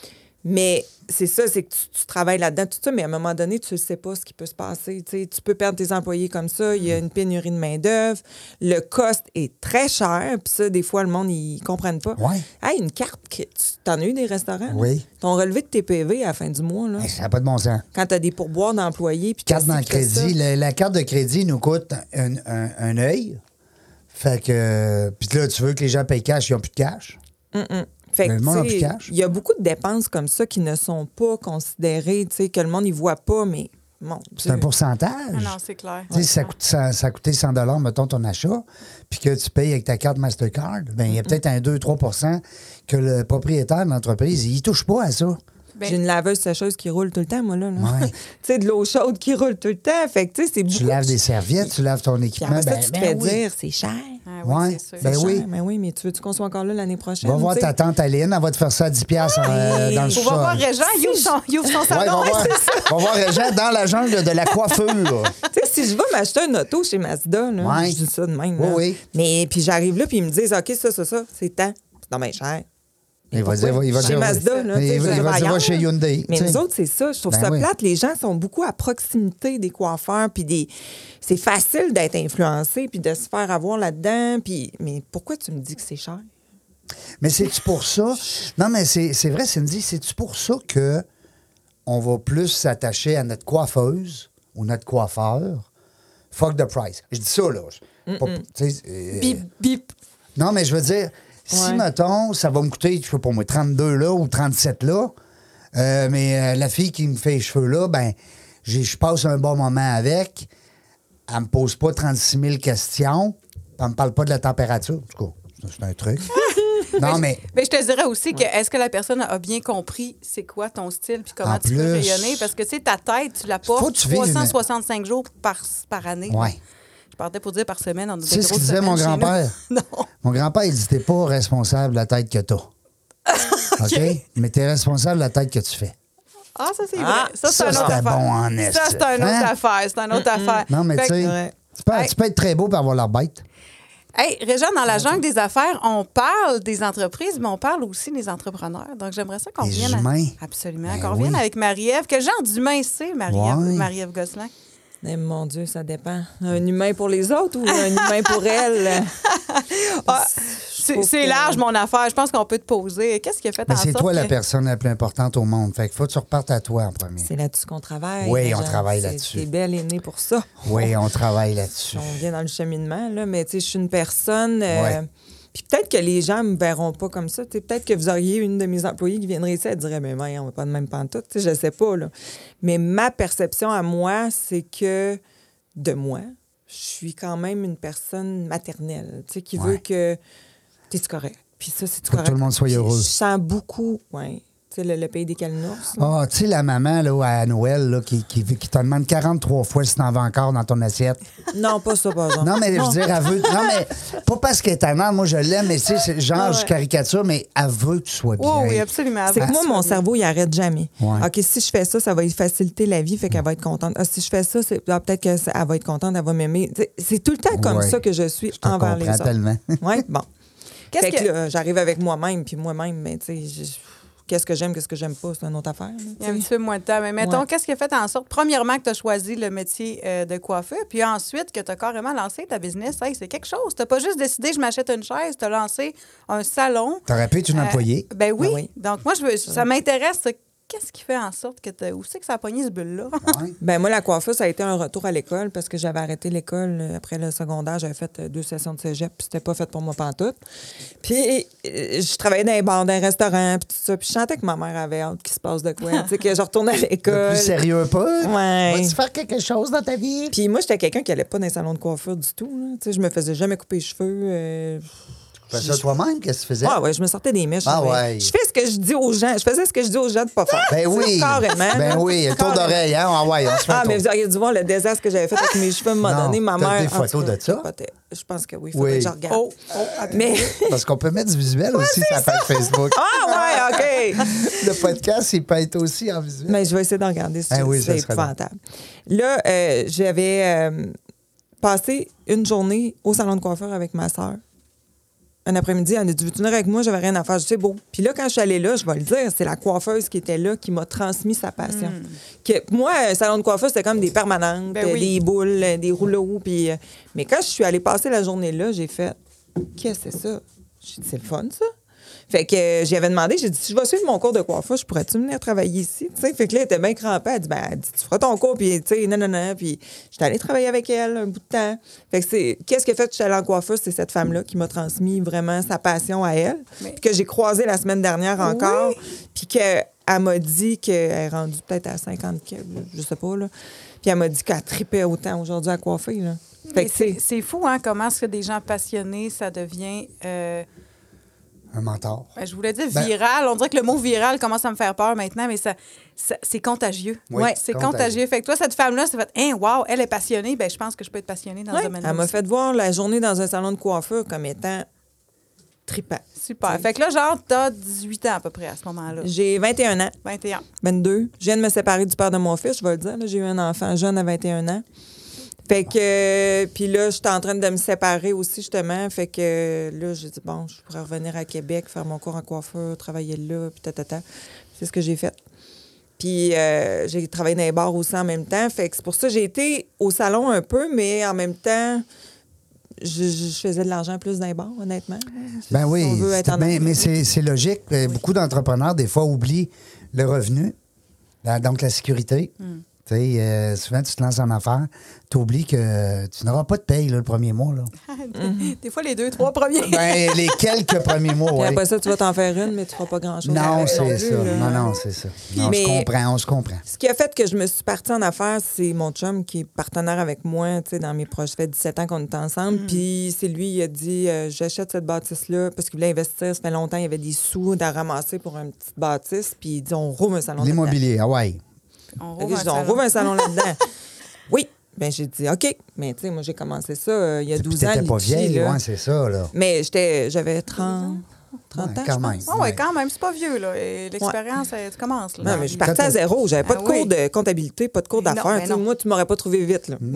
Speaker 3: Mais c'est ça, c'est que tu, tu travailles là-dedans, tout ça, mais à un moment donné, tu ne sais pas ce qui peut se passer. Tu sais, tu peux perdre tes employés comme ça, il y a
Speaker 1: Mm.
Speaker 3: une pénurie de main-d'œuvre, le cost est très cher, puis ça, des fois, le monde, ils ne comprennent pas.
Speaker 1: Ouais.
Speaker 3: Hey, une carte, que- tu en as eu des restaurants? là?
Speaker 1: Oui.
Speaker 3: Ton relevé de TPV à la fin du mois, là,
Speaker 1: Hey, ça n'a pas de bon sens.
Speaker 3: quand tu as des pourboires d'employés, puis
Speaker 1: carte
Speaker 3: t'as
Speaker 1: dans
Speaker 3: ci,
Speaker 1: le
Speaker 3: puis t'as ça.
Speaker 1: crédit. La, la carte de crédit nous coûte un, un, un œil. Fait que. Puis là, tu veux que les gens payent cash, ils n'ont plus de cash.
Speaker 3: Mm-mm. Fait que,
Speaker 1: Mais le monde a
Speaker 3: tu sais,
Speaker 1: plus de cash.
Speaker 3: Il y a beaucoup de dépenses comme ça qui ne sont pas considérées, tu sais, que le monde n'y voit pas, mais bon.
Speaker 1: C'est un pourcentage.
Speaker 2: Ah non, c'est clair.
Speaker 1: Tu sais, si ça, coûte, ça, ça a coûté 100 mettons, ton achat, puis que tu payes avec ta carte Mastercard, ben il y a peut-être un 2-3 que le propriétaire de l'entreprise, il touche pas à ça.
Speaker 2: Ben,
Speaker 3: J'ai une laveuse sécheuse qui roule tout le temps, moi, là. là.
Speaker 1: Ouais.
Speaker 3: tu sais, de l'eau chaude qui roule tout le temps. Fait que, tu sais, c'est beaucoup.
Speaker 1: Tu laves des serviettes, tu laves ton
Speaker 3: Puis
Speaker 1: équipement.
Speaker 3: après ça,
Speaker 1: ben-
Speaker 3: tu te
Speaker 1: ben
Speaker 3: fais
Speaker 1: oui.
Speaker 3: dire, c'est cher.
Speaker 2: ah oui,
Speaker 1: Ouais,
Speaker 2: c'est sûr.
Speaker 1: ben
Speaker 3: C'est
Speaker 1: oui.
Speaker 3: cher. Mais oui, mais tu veux-tu qu'on soit encore là l'année prochaine?
Speaker 1: Va voir
Speaker 3: tu sais?
Speaker 1: ta tante Aline, elle va te faire ça à 10$ piastres, euh, dans le
Speaker 2: Faut voir voir
Speaker 1: sous-sol.
Speaker 2: Régent, il ouvre son, il ouvre son
Speaker 1: Ouais,
Speaker 2: salon.
Speaker 1: va voir, va voir Régent dans la jungle de la coiffure.
Speaker 3: Tu sais, si je vais m'acheter un auto chez Mazda, là,
Speaker 1: Ouais.
Speaker 3: je dis ça de même.
Speaker 1: Oui,
Speaker 3: là.
Speaker 1: oui.
Speaker 3: Mais puis j'arrive là, puis ils me disent, OK, ça, ça, ça, c'est tant. C'est non, mais cher.
Speaker 1: Il va dire, il va
Speaker 3: Chez
Speaker 1: dire,
Speaker 3: Mazda, là,
Speaker 1: mais
Speaker 3: tu sais,
Speaker 1: il va- il va dire, va chez Hyundai.
Speaker 3: Mais
Speaker 1: tu sais.
Speaker 3: nous autres, c'est ça. Je trouve
Speaker 1: Ben
Speaker 3: ça
Speaker 1: oui.
Speaker 3: plate. Les gens sont beaucoup à proximité des coiffeurs, puis des. C'est facile d'être influencé, puis de se faire avoir là-dedans. Puis, mais pourquoi tu me dis que c'est cher?
Speaker 1: Mais c'est-tu pour ça? Non, mais c'est c'est vrai, Cindy, c'est-tu pour ça que on va plus s'attacher à notre coiffeuse ou notre coiffeur? Fuck the price. Je dis ça, là. Je- pas- tu sais, euh,
Speaker 2: Bip, bip.
Speaker 1: non, mais je veux dire, si,
Speaker 3: Ouais.
Speaker 1: mettons, ça va me coûter, je sais pas pour moi, 32 là ou 37 là, euh, mais euh, la fille qui me fait les cheveux là, ben, j'ai- je passe un bon moment avec, elle me pose pas 36 000 questions, puis elle me parle pas de la température. En tout cas, ça, c'est un truc. non, mais.
Speaker 2: Mais Ben, je te dirais aussi que est-ce que la personne a bien compris c'est quoi ton style puis comment
Speaker 1: En
Speaker 2: tu peux
Speaker 1: plus.
Speaker 2: rayonner? Parce que, tu sais, ta tête, tu la
Speaker 1: Faut
Speaker 2: portes
Speaker 1: que tu vives une-
Speaker 2: 365 jours par, par année.
Speaker 1: Ouais.
Speaker 2: Je partais pour dire par semaine. On a des
Speaker 1: Tu sais ce
Speaker 2: grosses
Speaker 1: qu'il disait,
Speaker 2: semaines
Speaker 1: mon
Speaker 2: chez nous.
Speaker 1: grand-père?
Speaker 2: Non.
Speaker 1: Mon grand-père, il dit T'es pas responsable de la tête que t'as. OK? Mais t'es responsable de la tête que tu fais.
Speaker 2: Ah, ça, c'est
Speaker 3: Ah,
Speaker 2: vrai. Ça, c'est
Speaker 1: ça,
Speaker 2: un autre
Speaker 1: c'était
Speaker 2: affaire.
Speaker 1: bon en est,
Speaker 2: Ça, c'est un autre
Speaker 1: hein?
Speaker 2: affaire. C'est un autre affaire.
Speaker 1: Non, mais
Speaker 2: Fait
Speaker 1: tu
Speaker 2: que-
Speaker 1: sais,
Speaker 3: ouais.
Speaker 1: tu peux-
Speaker 2: Ben, Hey.
Speaker 1: tu peux être très beau pour avoir l'air bête.
Speaker 2: Hey, Réjean, dans la jungle des affaires, on parle des entreprises, mais on parle aussi des entrepreneurs. Donc, j'aimerais ça qu'on
Speaker 1: Des
Speaker 2: revienne. à-
Speaker 1: humains.
Speaker 2: Absolument.
Speaker 1: Ben
Speaker 2: qu'on revienne
Speaker 1: oui.
Speaker 2: avec Marie-Ève. Quel genre d'humain c'est, Marie-Ève,
Speaker 1: Ouais.
Speaker 2: Marie-Ève Gosselin?
Speaker 3: Eh, mon Dieu,
Speaker 1: Ah,
Speaker 3: ça dépend. Un humain pour les autres ou un humain pour elle?
Speaker 2: Ah, C'est c'est large, mon affaire. Je pense qu'on peut te poser. Qu'est-ce qui a fait en
Speaker 1: Mais Ben, c'est
Speaker 2: sorte
Speaker 1: toi la
Speaker 2: que-
Speaker 1: personne la plus importante au monde. Fait que faut que tu repartes à toi en premier.
Speaker 3: C'est là-dessus qu'on travaille.
Speaker 1: Oui,
Speaker 3: la
Speaker 1: on
Speaker 3: Jeanne.
Speaker 1: travaille
Speaker 3: C'est-
Speaker 1: là-dessus.
Speaker 3: C'est belle est née pour ça.
Speaker 1: Oui, on travaille là-dessus.
Speaker 3: On vient dans le cheminement, là, mais tu sais, je suis une personne. euh,
Speaker 1: Ouais.
Speaker 3: Puis peut-être que les gens me verront pas comme ça. tu sais. Peut-être que vous auriez une de mes employées qui viendrait ici, elle dirait Mais mais on va pas de même pantoute. Tu sais, Je sais pas. Là. Mais ma perception à moi, c'est que de moi, je suis quand même une personne maternelle tu sais, qui
Speaker 1: Ouais.
Speaker 3: veut que. T'es-tu correct? Puis ça, c'est
Speaker 1: Faut que
Speaker 3: correct.
Speaker 1: tout le monde soit
Speaker 3: Puis
Speaker 1: heureux.
Speaker 3: Je sens beaucoup, oui. Tu sais, le, le pays des calinours. là.
Speaker 1: Ah, tu sais, la maman là, à Noël là, qui, qui, qui te demande 43 fois si t'en veux encore dans ton assiette.
Speaker 3: Non, pas ça, par exemple.
Speaker 1: Non, mais je veux dire, elle veut. Non, mais pas parce qu'elle est tannante, moi je l'aime, mais tu sais, c'est genre, je caricature, mais elle veut que tu sois bien.
Speaker 2: Oh, oui, absolument.
Speaker 3: C'est que moi, mon cerveau, il arrête jamais.
Speaker 1: Ouais.
Speaker 3: OK, si je fais ça, ça va lui faciliter la vie, fait qu'elle va être contente. Ah, si je fais ça, c'est- ah, peut-être qu'elle va être contente, elle va m'aimer. Tu sais, C'est tout le temps comme
Speaker 1: Ouais.
Speaker 3: ça que je suis
Speaker 1: te
Speaker 3: envers les
Speaker 1: comprends
Speaker 3: autres.
Speaker 1: tellement.
Speaker 3: Oui, bon.
Speaker 2: Qu'est-ce
Speaker 3: Fait que,
Speaker 2: que-
Speaker 3: là, j'arrive avec moi-même, puis moi-même, mais tu sais, je- qu'est-ce que j'aime, qu'est-ce que j'aime pas, c'est une autre affaire. là, tu
Speaker 2: Il y a un
Speaker 3: sais.
Speaker 2: petit peu moins de temps. Mais mettons,
Speaker 3: Ouais.
Speaker 2: qu'est-ce qui a fait en sorte, premièrement, que tu as choisi le métier euh, de coiffeur, puis ensuite que tu as carrément lancé ta business? Hey, c'est quelque chose. Tu pas juste décidé, je m'achète une chaise, tu as lancé un salon.
Speaker 1: T'aurais pu être une
Speaker 2: Euh,
Speaker 1: employée.
Speaker 2: ben oui.
Speaker 3: Ben oui.
Speaker 2: Donc, moi, je veux, ça m'intéresse. ça. Qu'est-ce qui fait en sorte que tu. Où c'est que ça a pogné ce bulle-là?
Speaker 1: Ouais.
Speaker 3: Ben moi, la coiffeuse, ça a été un retour à l'école parce que j'avais arrêté l'école euh, après le secondaire. J'avais fait euh, deux sessions de cégep, puis c'était pas fait pour moi pantoute. Puis euh, je travaillais dans les bars, dans les restaurants, puis tout ça. Puis je sentais que ma mère avait hâte qu'il se passe de quoi. tu sais, que je retourne à
Speaker 1: Le
Speaker 3: l'école.
Speaker 1: plus sérieux pas.
Speaker 3: Ouais.
Speaker 1: Vas-tu faire quelque chose dans ta vie?
Speaker 3: Puis moi, j'étais quelqu'un qui allait pas dans les salons de coiffure du tout. là. Tu sais, je me faisais jamais couper les cheveux. euh,
Speaker 1: Fais ça toi-même, qu'est-ce que tu faisais?
Speaker 3: Ah ouais, je me sortais des mèches.
Speaker 1: Ah
Speaker 3: mais
Speaker 1: ouais.
Speaker 3: Je fais ce que je dis aux gens. Je faisais ce que je dis aux gens de pas faire.
Speaker 1: Ben oui.
Speaker 3: Carrément.
Speaker 1: Ben oui, un tour
Speaker 3: Carrément.
Speaker 1: d'oreille, hein? Ah ouais, on se fait un
Speaker 3: Ah,
Speaker 1: tour.
Speaker 3: mais vous auriez dû voir le désastre que j'avais fait avec mes cheveux à un moment
Speaker 1: Non,
Speaker 3: donné. Ma
Speaker 1: t'as
Speaker 3: mère.
Speaker 1: des
Speaker 3: en tout
Speaker 1: photos
Speaker 3: cas,
Speaker 1: de ça?
Speaker 3: capotait. Je pense que oui. Faudrait
Speaker 1: Oui.
Speaker 3: que je regarde.
Speaker 2: Oh, oh,
Speaker 3: Mais.
Speaker 1: Parce qu'on peut mettre du visuel aussi sur la page Facebook.
Speaker 3: Ah, ouais, OK.
Speaker 1: Le podcast, il peut être aussi en visuel.
Speaker 3: Mais je vais essayer d'en regarder.
Speaker 1: Ah
Speaker 3: C'est
Speaker 1: oui, ça
Speaker 3: c'est
Speaker 1: serait bon.
Speaker 3: épouvantable. Là, euh, j'avais euh, passé une journée au salon de coiffeur avec ma sœur. Un après-midi, elle a dit Veux-tu venir avec moi J'avais rien à faire. Je dis C'est beau. Puis là, quand je suis allée là, je vais le dire, c'est la coiffeuse qui était là qui m'a transmis sa passion. Que, moi, un salon de coiffeur, c'était comme des permanentes,
Speaker 2: Hmm. Ben oui.
Speaker 3: des boules, euh, des rouleaux. Puis, euh, mais quand je suis allée passer la journée là, j'ai fait Qu'est-ce que c'est ça J'ai dit C'est le fun, ça. Fait que euh, j'y avais demandé, j'ai dit, si je vais suivre mon cours de coiffeur, je pourrais-tu venir travailler ici? Tu sais, fait que là, elle était bien crampée. Elle dit, ben, elle dit, tu feras ton cours, puis tu sais, non, non, non. Puis j'étais allée travailler avec elle un bout de temps. Fait que c'est, qu'est-ce que fait que je suis allée en coiffeur? C'est cette femme-là qui m'a transmis vraiment sa passion à elle,
Speaker 2: Mais-
Speaker 3: puis que j'ai croisée la semaine dernière encore, puis qu'elle m'a dit qu'elle est rendue peut-être à 50, que- je sais pas, là. Puis elle m'a dit qu'elle tripait autant aujourd'hui à coiffer, là. Fait
Speaker 2: Mais
Speaker 3: que c'est.
Speaker 2: c'est c'est fou, hein, comment est-ce que des gens passionnés, ça devient. euh,
Speaker 1: Un mentor.
Speaker 2: ben, je voulais dire
Speaker 1: Ben-
Speaker 2: viral. On dirait que le mot viral commence à me faire peur maintenant, mais ça, ça- c'est contagieux.
Speaker 1: Oui,
Speaker 2: ouais, c'est contagieux.
Speaker 1: contagieux.
Speaker 2: Fait que toi, cette femme-là, c'est fait, hein, wow, elle est passionnée. Ben, je pense que je peux être passionnée dans
Speaker 3: Ouais,
Speaker 2: ce domaine-là.
Speaker 3: elle m'a
Speaker 2: aussi.
Speaker 3: fait voir la journée dans un salon de coiffure comme étant tripant.
Speaker 2: Super. Fait que là, genre, t'as 18 ans à peu près à ce moment-là.
Speaker 3: J'ai 21 ans,
Speaker 2: 21.
Speaker 3: 22. Je viens de me séparer du père de mon fils, je vais le dire. là. J'ai eu un enfant jeune à 21 ans. Fait que, euh, puis là, j'étais en train de me séparer aussi, justement. Fait que euh, là, j'ai dit, bon, je pourrais revenir à Québec, faire mon cours en coiffeur, travailler là, puis tatata. C'est ce que j'ai fait. Puis euh, j'ai travaillé dans les bars aussi en même temps. Fait que c'est pour ça que j'ai été au salon un peu, mais en même temps, je, je- je faisais de l'argent plus dans les bars, honnêtement.
Speaker 1: Ben oui,
Speaker 3: Si on veut être
Speaker 1: c'est-
Speaker 3: en
Speaker 1: mais,
Speaker 3: affaires.
Speaker 1: mais c'est c'est logique. Euh, Beaucoup d'entrepreneurs, des fois, oublient le revenu, la- donc la sécurité.
Speaker 3: Hmm.
Speaker 1: Tu sais, euh, souvent, tu te lances en affaires, tu oublies que tu n'auras pas de paye là, le premier mois. Là.
Speaker 3: Mm-hmm.
Speaker 2: Des fois, les deux, trois premiers.
Speaker 1: Ben, les quelques premiers mois,
Speaker 3: Puis
Speaker 1: oui.
Speaker 3: après ça, tu vas t'en faire une, mais tu feras pas grand-chose.
Speaker 1: Non,
Speaker 3: avec
Speaker 1: c'est
Speaker 3: plus,
Speaker 1: ça.
Speaker 3: là.
Speaker 1: Non, non, c'est ça. Non,
Speaker 3: Mais-
Speaker 1: On se comprend, on se comprend.
Speaker 3: Ce qui a fait que je me suis partie en affaires, c'est mon chum qui est partenaire avec moi, tu sais, dans mes projets. Ça fait 17 ans qu'on est ensemble.
Speaker 1: Mm.
Speaker 3: Puis c'est lui, il a dit euh, j'achète cette bâtisse-là parce qu'il voulait investir. Ça fait longtemps, il y avait des sous à ramasser pour une petite bâtisse. Puis il dit on rouvre un salon là-dedans.
Speaker 1: L'immobilier, ah ouais.
Speaker 2: On
Speaker 3: Fait que
Speaker 2: rouvre
Speaker 3: je
Speaker 2: un
Speaker 3: dis, on
Speaker 2: salon.
Speaker 3: rouvre un salon là-dedans. oui. Ben j'ai dit OK. Mais tu sais, moi, j'ai commencé ça euh, il y a
Speaker 1: Puis
Speaker 3: 12 ans.
Speaker 1: T'étais pas
Speaker 3: Litchi,
Speaker 1: vieille,
Speaker 3: là.
Speaker 1: ouais, c'est ça, là.
Speaker 3: Mais j'étais, j'avais 30, 30
Speaker 1: Ouais,
Speaker 3: ans.
Speaker 1: quand
Speaker 3: je
Speaker 1: même.
Speaker 2: Ah ouais, quand même, c'est pas vieux, là. Et L'expérience, elle- tu commences, là.
Speaker 3: Non, mais je partais à zéro. J'avais pas
Speaker 2: Ah
Speaker 3: de cours
Speaker 2: oui.
Speaker 3: de comptabilité, pas de cours
Speaker 2: Mais non,
Speaker 3: d'affaires.
Speaker 2: mais
Speaker 3: Tu sais,
Speaker 2: non.
Speaker 3: Moi, tu m'aurais pas trouvé vite. Là.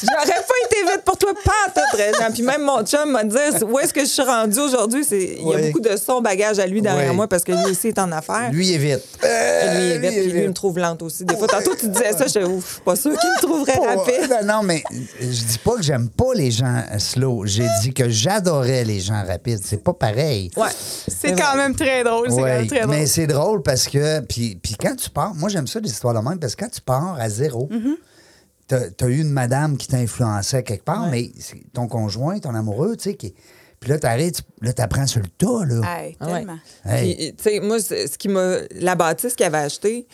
Speaker 3: J'aurais pas été vite pour toi, pas tout, Réjean. Puis même mon chum m'a dit où est-ce que je suis rendue aujourd'hui. C'est- Il y a
Speaker 1: Oui.
Speaker 3: beaucoup de son bagage à lui derrière
Speaker 1: Oui.
Speaker 3: moi parce que lui aussi est en affaires.
Speaker 1: Lui est vite.
Speaker 3: Puis lui, il est
Speaker 1: Euh,
Speaker 3: vite, puis lui, il me
Speaker 1: vite.
Speaker 3: trouve lente aussi. Des fois, tantôt, tu disais ça, je suis ouf, pas sûr qu'il me trouverait
Speaker 1: Pas-
Speaker 3: rapide.
Speaker 1: Ben non, mais je dis pas que j'aime pas les gens euh, slow. J'ai dit que j'adorais les gens rapides. C'est pas pareil.
Speaker 3: Ouais.
Speaker 2: C'est quand même très drôle. C'est quand
Speaker 1: Ouais,
Speaker 2: même très drôle.
Speaker 1: mais c'est drôle parce que. Puis, puis quand tu pars, moi j'aime ça, les histoires de même, parce que quand tu pars à zéro,
Speaker 3: Mhm.
Speaker 1: t'as t'as eu une madame qui t'influençait quelque part, mais c'est ton conjoint, ton amoureux, tu sais, qui. Puis là, t'arrives, tu- là, t'apprends sur le tas, là.
Speaker 2: Hey,
Speaker 3: Ah ouais.
Speaker 2: tellement.
Speaker 1: Hey.
Speaker 3: Puis, tu sais, moi, c'est- ce qui m'a. La bâtisse qu'il avait achetée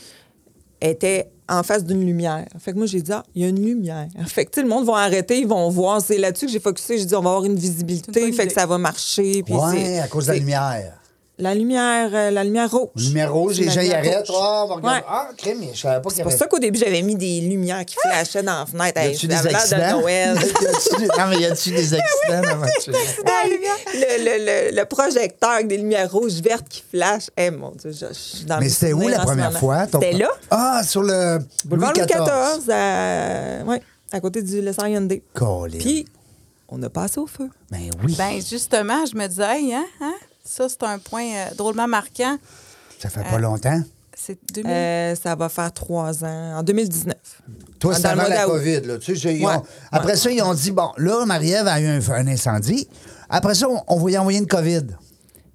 Speaker 3: était en face d'une lumière. Fait que moi, j'ai dit, ah, il y a une lumière. Fait que, tu sais, le monde va arrêter, ils vont voir. C'est là-dessus que j'ai focusé. J'ai dit, on va avoir une
Speaker 2: C'est une
Speaker 3: visibilité.
Speaker 2: bonne
Speaker 3: fait que
Speaker 2: idée.
Speaker 3: ça va marcher. Puis
Speaker 1: ouais,
Speaker 3: c'est-
Speaker 1: à cause de la
Speaker 3: c'est-
Speaker 1: lumière.
Speaker 3: La lumière, euh, la lumière rouge.
Speaker 1: Lumière rouge, les
Speaker 3: La
Speaker 1: gens y
Speaker 3: lumière
Speaker 1: arrêtent.
Speaker 3: rouge.
Speaker 1: Ah, on va regarder.
Speaker 3: Ouais.
Speaker 1: Ah, crème, mais je savais pas qu'il y
Speaker 3: C'est pour
Speaker 1: avait
Speaker 3: ça qu'au début, j'avais mis des lumières qui flashaient dans la fenêtre.
Speaker 1: Y
Speaker 3: Hey,
Speaker 1: a-tu
Speaker 3: ça
Speaker 1: des
Speaker 3: avait l'air
Speaker 1: accidents?
Speaker 3: de Noël.
Speaker 1: Y a-tu des- Non, mais y a-tu des accidents avant que tu-
Speaker 3: Hey, le, le- le- le projecteur avec des lumières rouges vertes qui flashent. Eh mon Dieu, je, je suis dans
Speaker 1: Mais
Speaker 3: mes
Speaker 1: c'était où
Speaker 3: souvenirs
Speaker 1: la
Speaker 3: en ce
Speaker 1: première
Speaker 3: moment.
Speaker 1: fois? ton-
Speaker 3: C'était là,
Speaker 1: Ah, sur le
Speaker 3: boulevard
Speaker 1: Louis
Speaker 3: Louis
Speaker 1: XIV.
Speaker 3: XIV, à, ouais, à côté du Le Saint Hyundai.
Speaker 1: Colin.
Speaker 3: Puis, on a passé au feu.
Speaker 1: Ben oui,
Speaker 2: Ben justement, je me disais, hey, hein, hein, ça c'est un point euh, drôlement marquant.
Speaker 1: ça fait pas longtemps.
Speaker 2: C'est 2000.
Speaker 3: Euh, ça va faire trois ans, en 2019.
Speaker 1: Toi,
Speaker 3: Dans
Speaker 1: c'est
Speaker 3: le
Speaker 1: avant
Speaker 3: mois
Speaker 1: la
Speaker 3: d'août.
Speaker 1: COVID. Là. Tu sais, c'est- ils
Speaker 3: Ouais.
Speaker 1: ont- après ça, ils ont dit bon, là, Marie-Ève a eu un, un incendie. Après ça, on, on va y envoyer une COVID.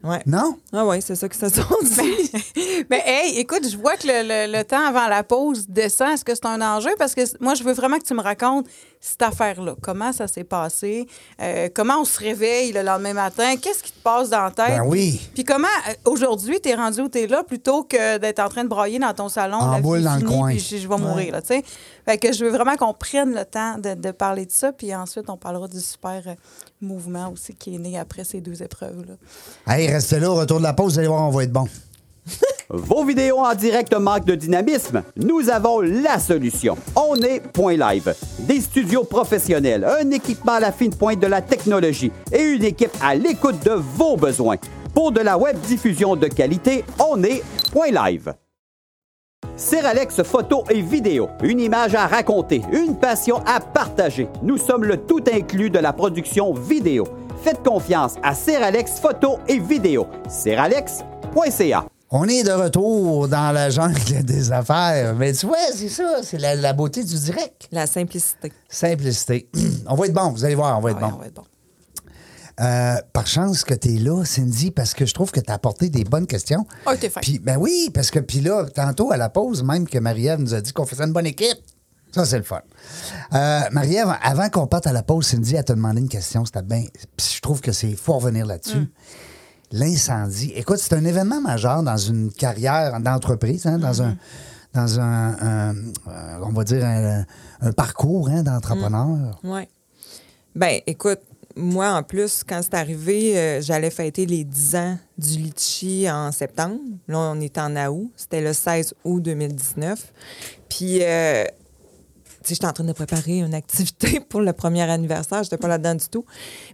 Speaker 3: Ouais.
Speaker 1: Non? Ben.
Speaker 3: Ah ouais, c'est ça que ça sont dit.
Speaker 2: Mais Ben, hey, écoute, je vois que le, le- le temps avant la pause descend. Est-ce que c'est un enjeu? Parce que c- moi, je veux vraiment que tu me racontes cette affaire-là. Comment ça s'est passé? Euh, comment on se réveille le lendemain matin? Qu'est-ce qui te passe dans la tête?
Speaker 1: Ben oui.
Speaker 2: Puis comment, euh, aujourd'hui, t'es rendu où t'es là plutôt que d'être en train de brailler dans ton salon?
Speaker 1: En
Speaker 2: la vie
Speaker 1: boule
Speaker 2: est
Speaker 1: dans le
Speaker 2: finie,
Speaker 1: coin.
Speaker 2: Puis je, je vais mourir, là, tu sais. Fait que je veux vraiment qu'on prenne le temps de, de parler de ça. Puis ensuite, on parlera du super euh, mouvement aussi qui est né après ces deux épreuves-là.
Speaker 1: Hey, restez là, au retour de la pause, vous allez voir, on va être bon.
Speaker 4: Vos vidéos en direct manquent de dynamisme? Nous avons la solution. On est Point Live. Des studios professionnels, un équipement à la fine pointe de la technologie et une équipe à l'écoute de vos besoins. Pour de la web diffusion de qualité, on est Point Live. Seralex photo et vidéo, une image à raconter, une passion à partager. Nous sommes le tout inclus de la production vidéo. Faites confiance à Seralex photo et vidéo. Seralex.ca
Speaker 1: On est de retour dans la jungle des affaires. Mais tu vois, c'est ça, c'est la, la beauté du direct.
Speaker 3: La simplicité.
Speaker 1: Simplicité. on va être bon, vous allez voir, on va être
Speaker 3: Ah
Speaker 2: Ouais,
Speaker 1: bon.
Speaker 2: on va être bon.
Speaker 1: Euh, par chance que tu es là, Cindy, parce que je trouve que tu as apporté des bonnes questions.
Speaker 2: Ah, t'es fin.
Speaker 1: Puis, ben oui, parce que puis là, tantôt à la pause, même que Marie-Ève nous a dit qu'on faisait une bonne équipe. Ça, c'est le fun. Euh, Marie-Ève, avant qu'on parte à la pause, Cindy, elle t'a demandé une question. C'était bien. Puis je trouve que c'est. faut revenir là-dessus. L'incendie. Écoute, c'est un événement majeur dans une carrière d'entreprise, hein, dans un. Dans un, un- euh, on va dire, un, un parcours hein, d'entrepreneur.
Speaker 3: Ouais. Ben, écoute, moi, en plus, quand c'est arrivé, euh, j'allais fêter les 10 ans du litchi en septembre. Là, on est en août. C'était le 16 août 2019. Puis, euh, tu sais, j'étais en train de préparer une activité pour le premier anniversaire. J'étais pas là-dedans du tout.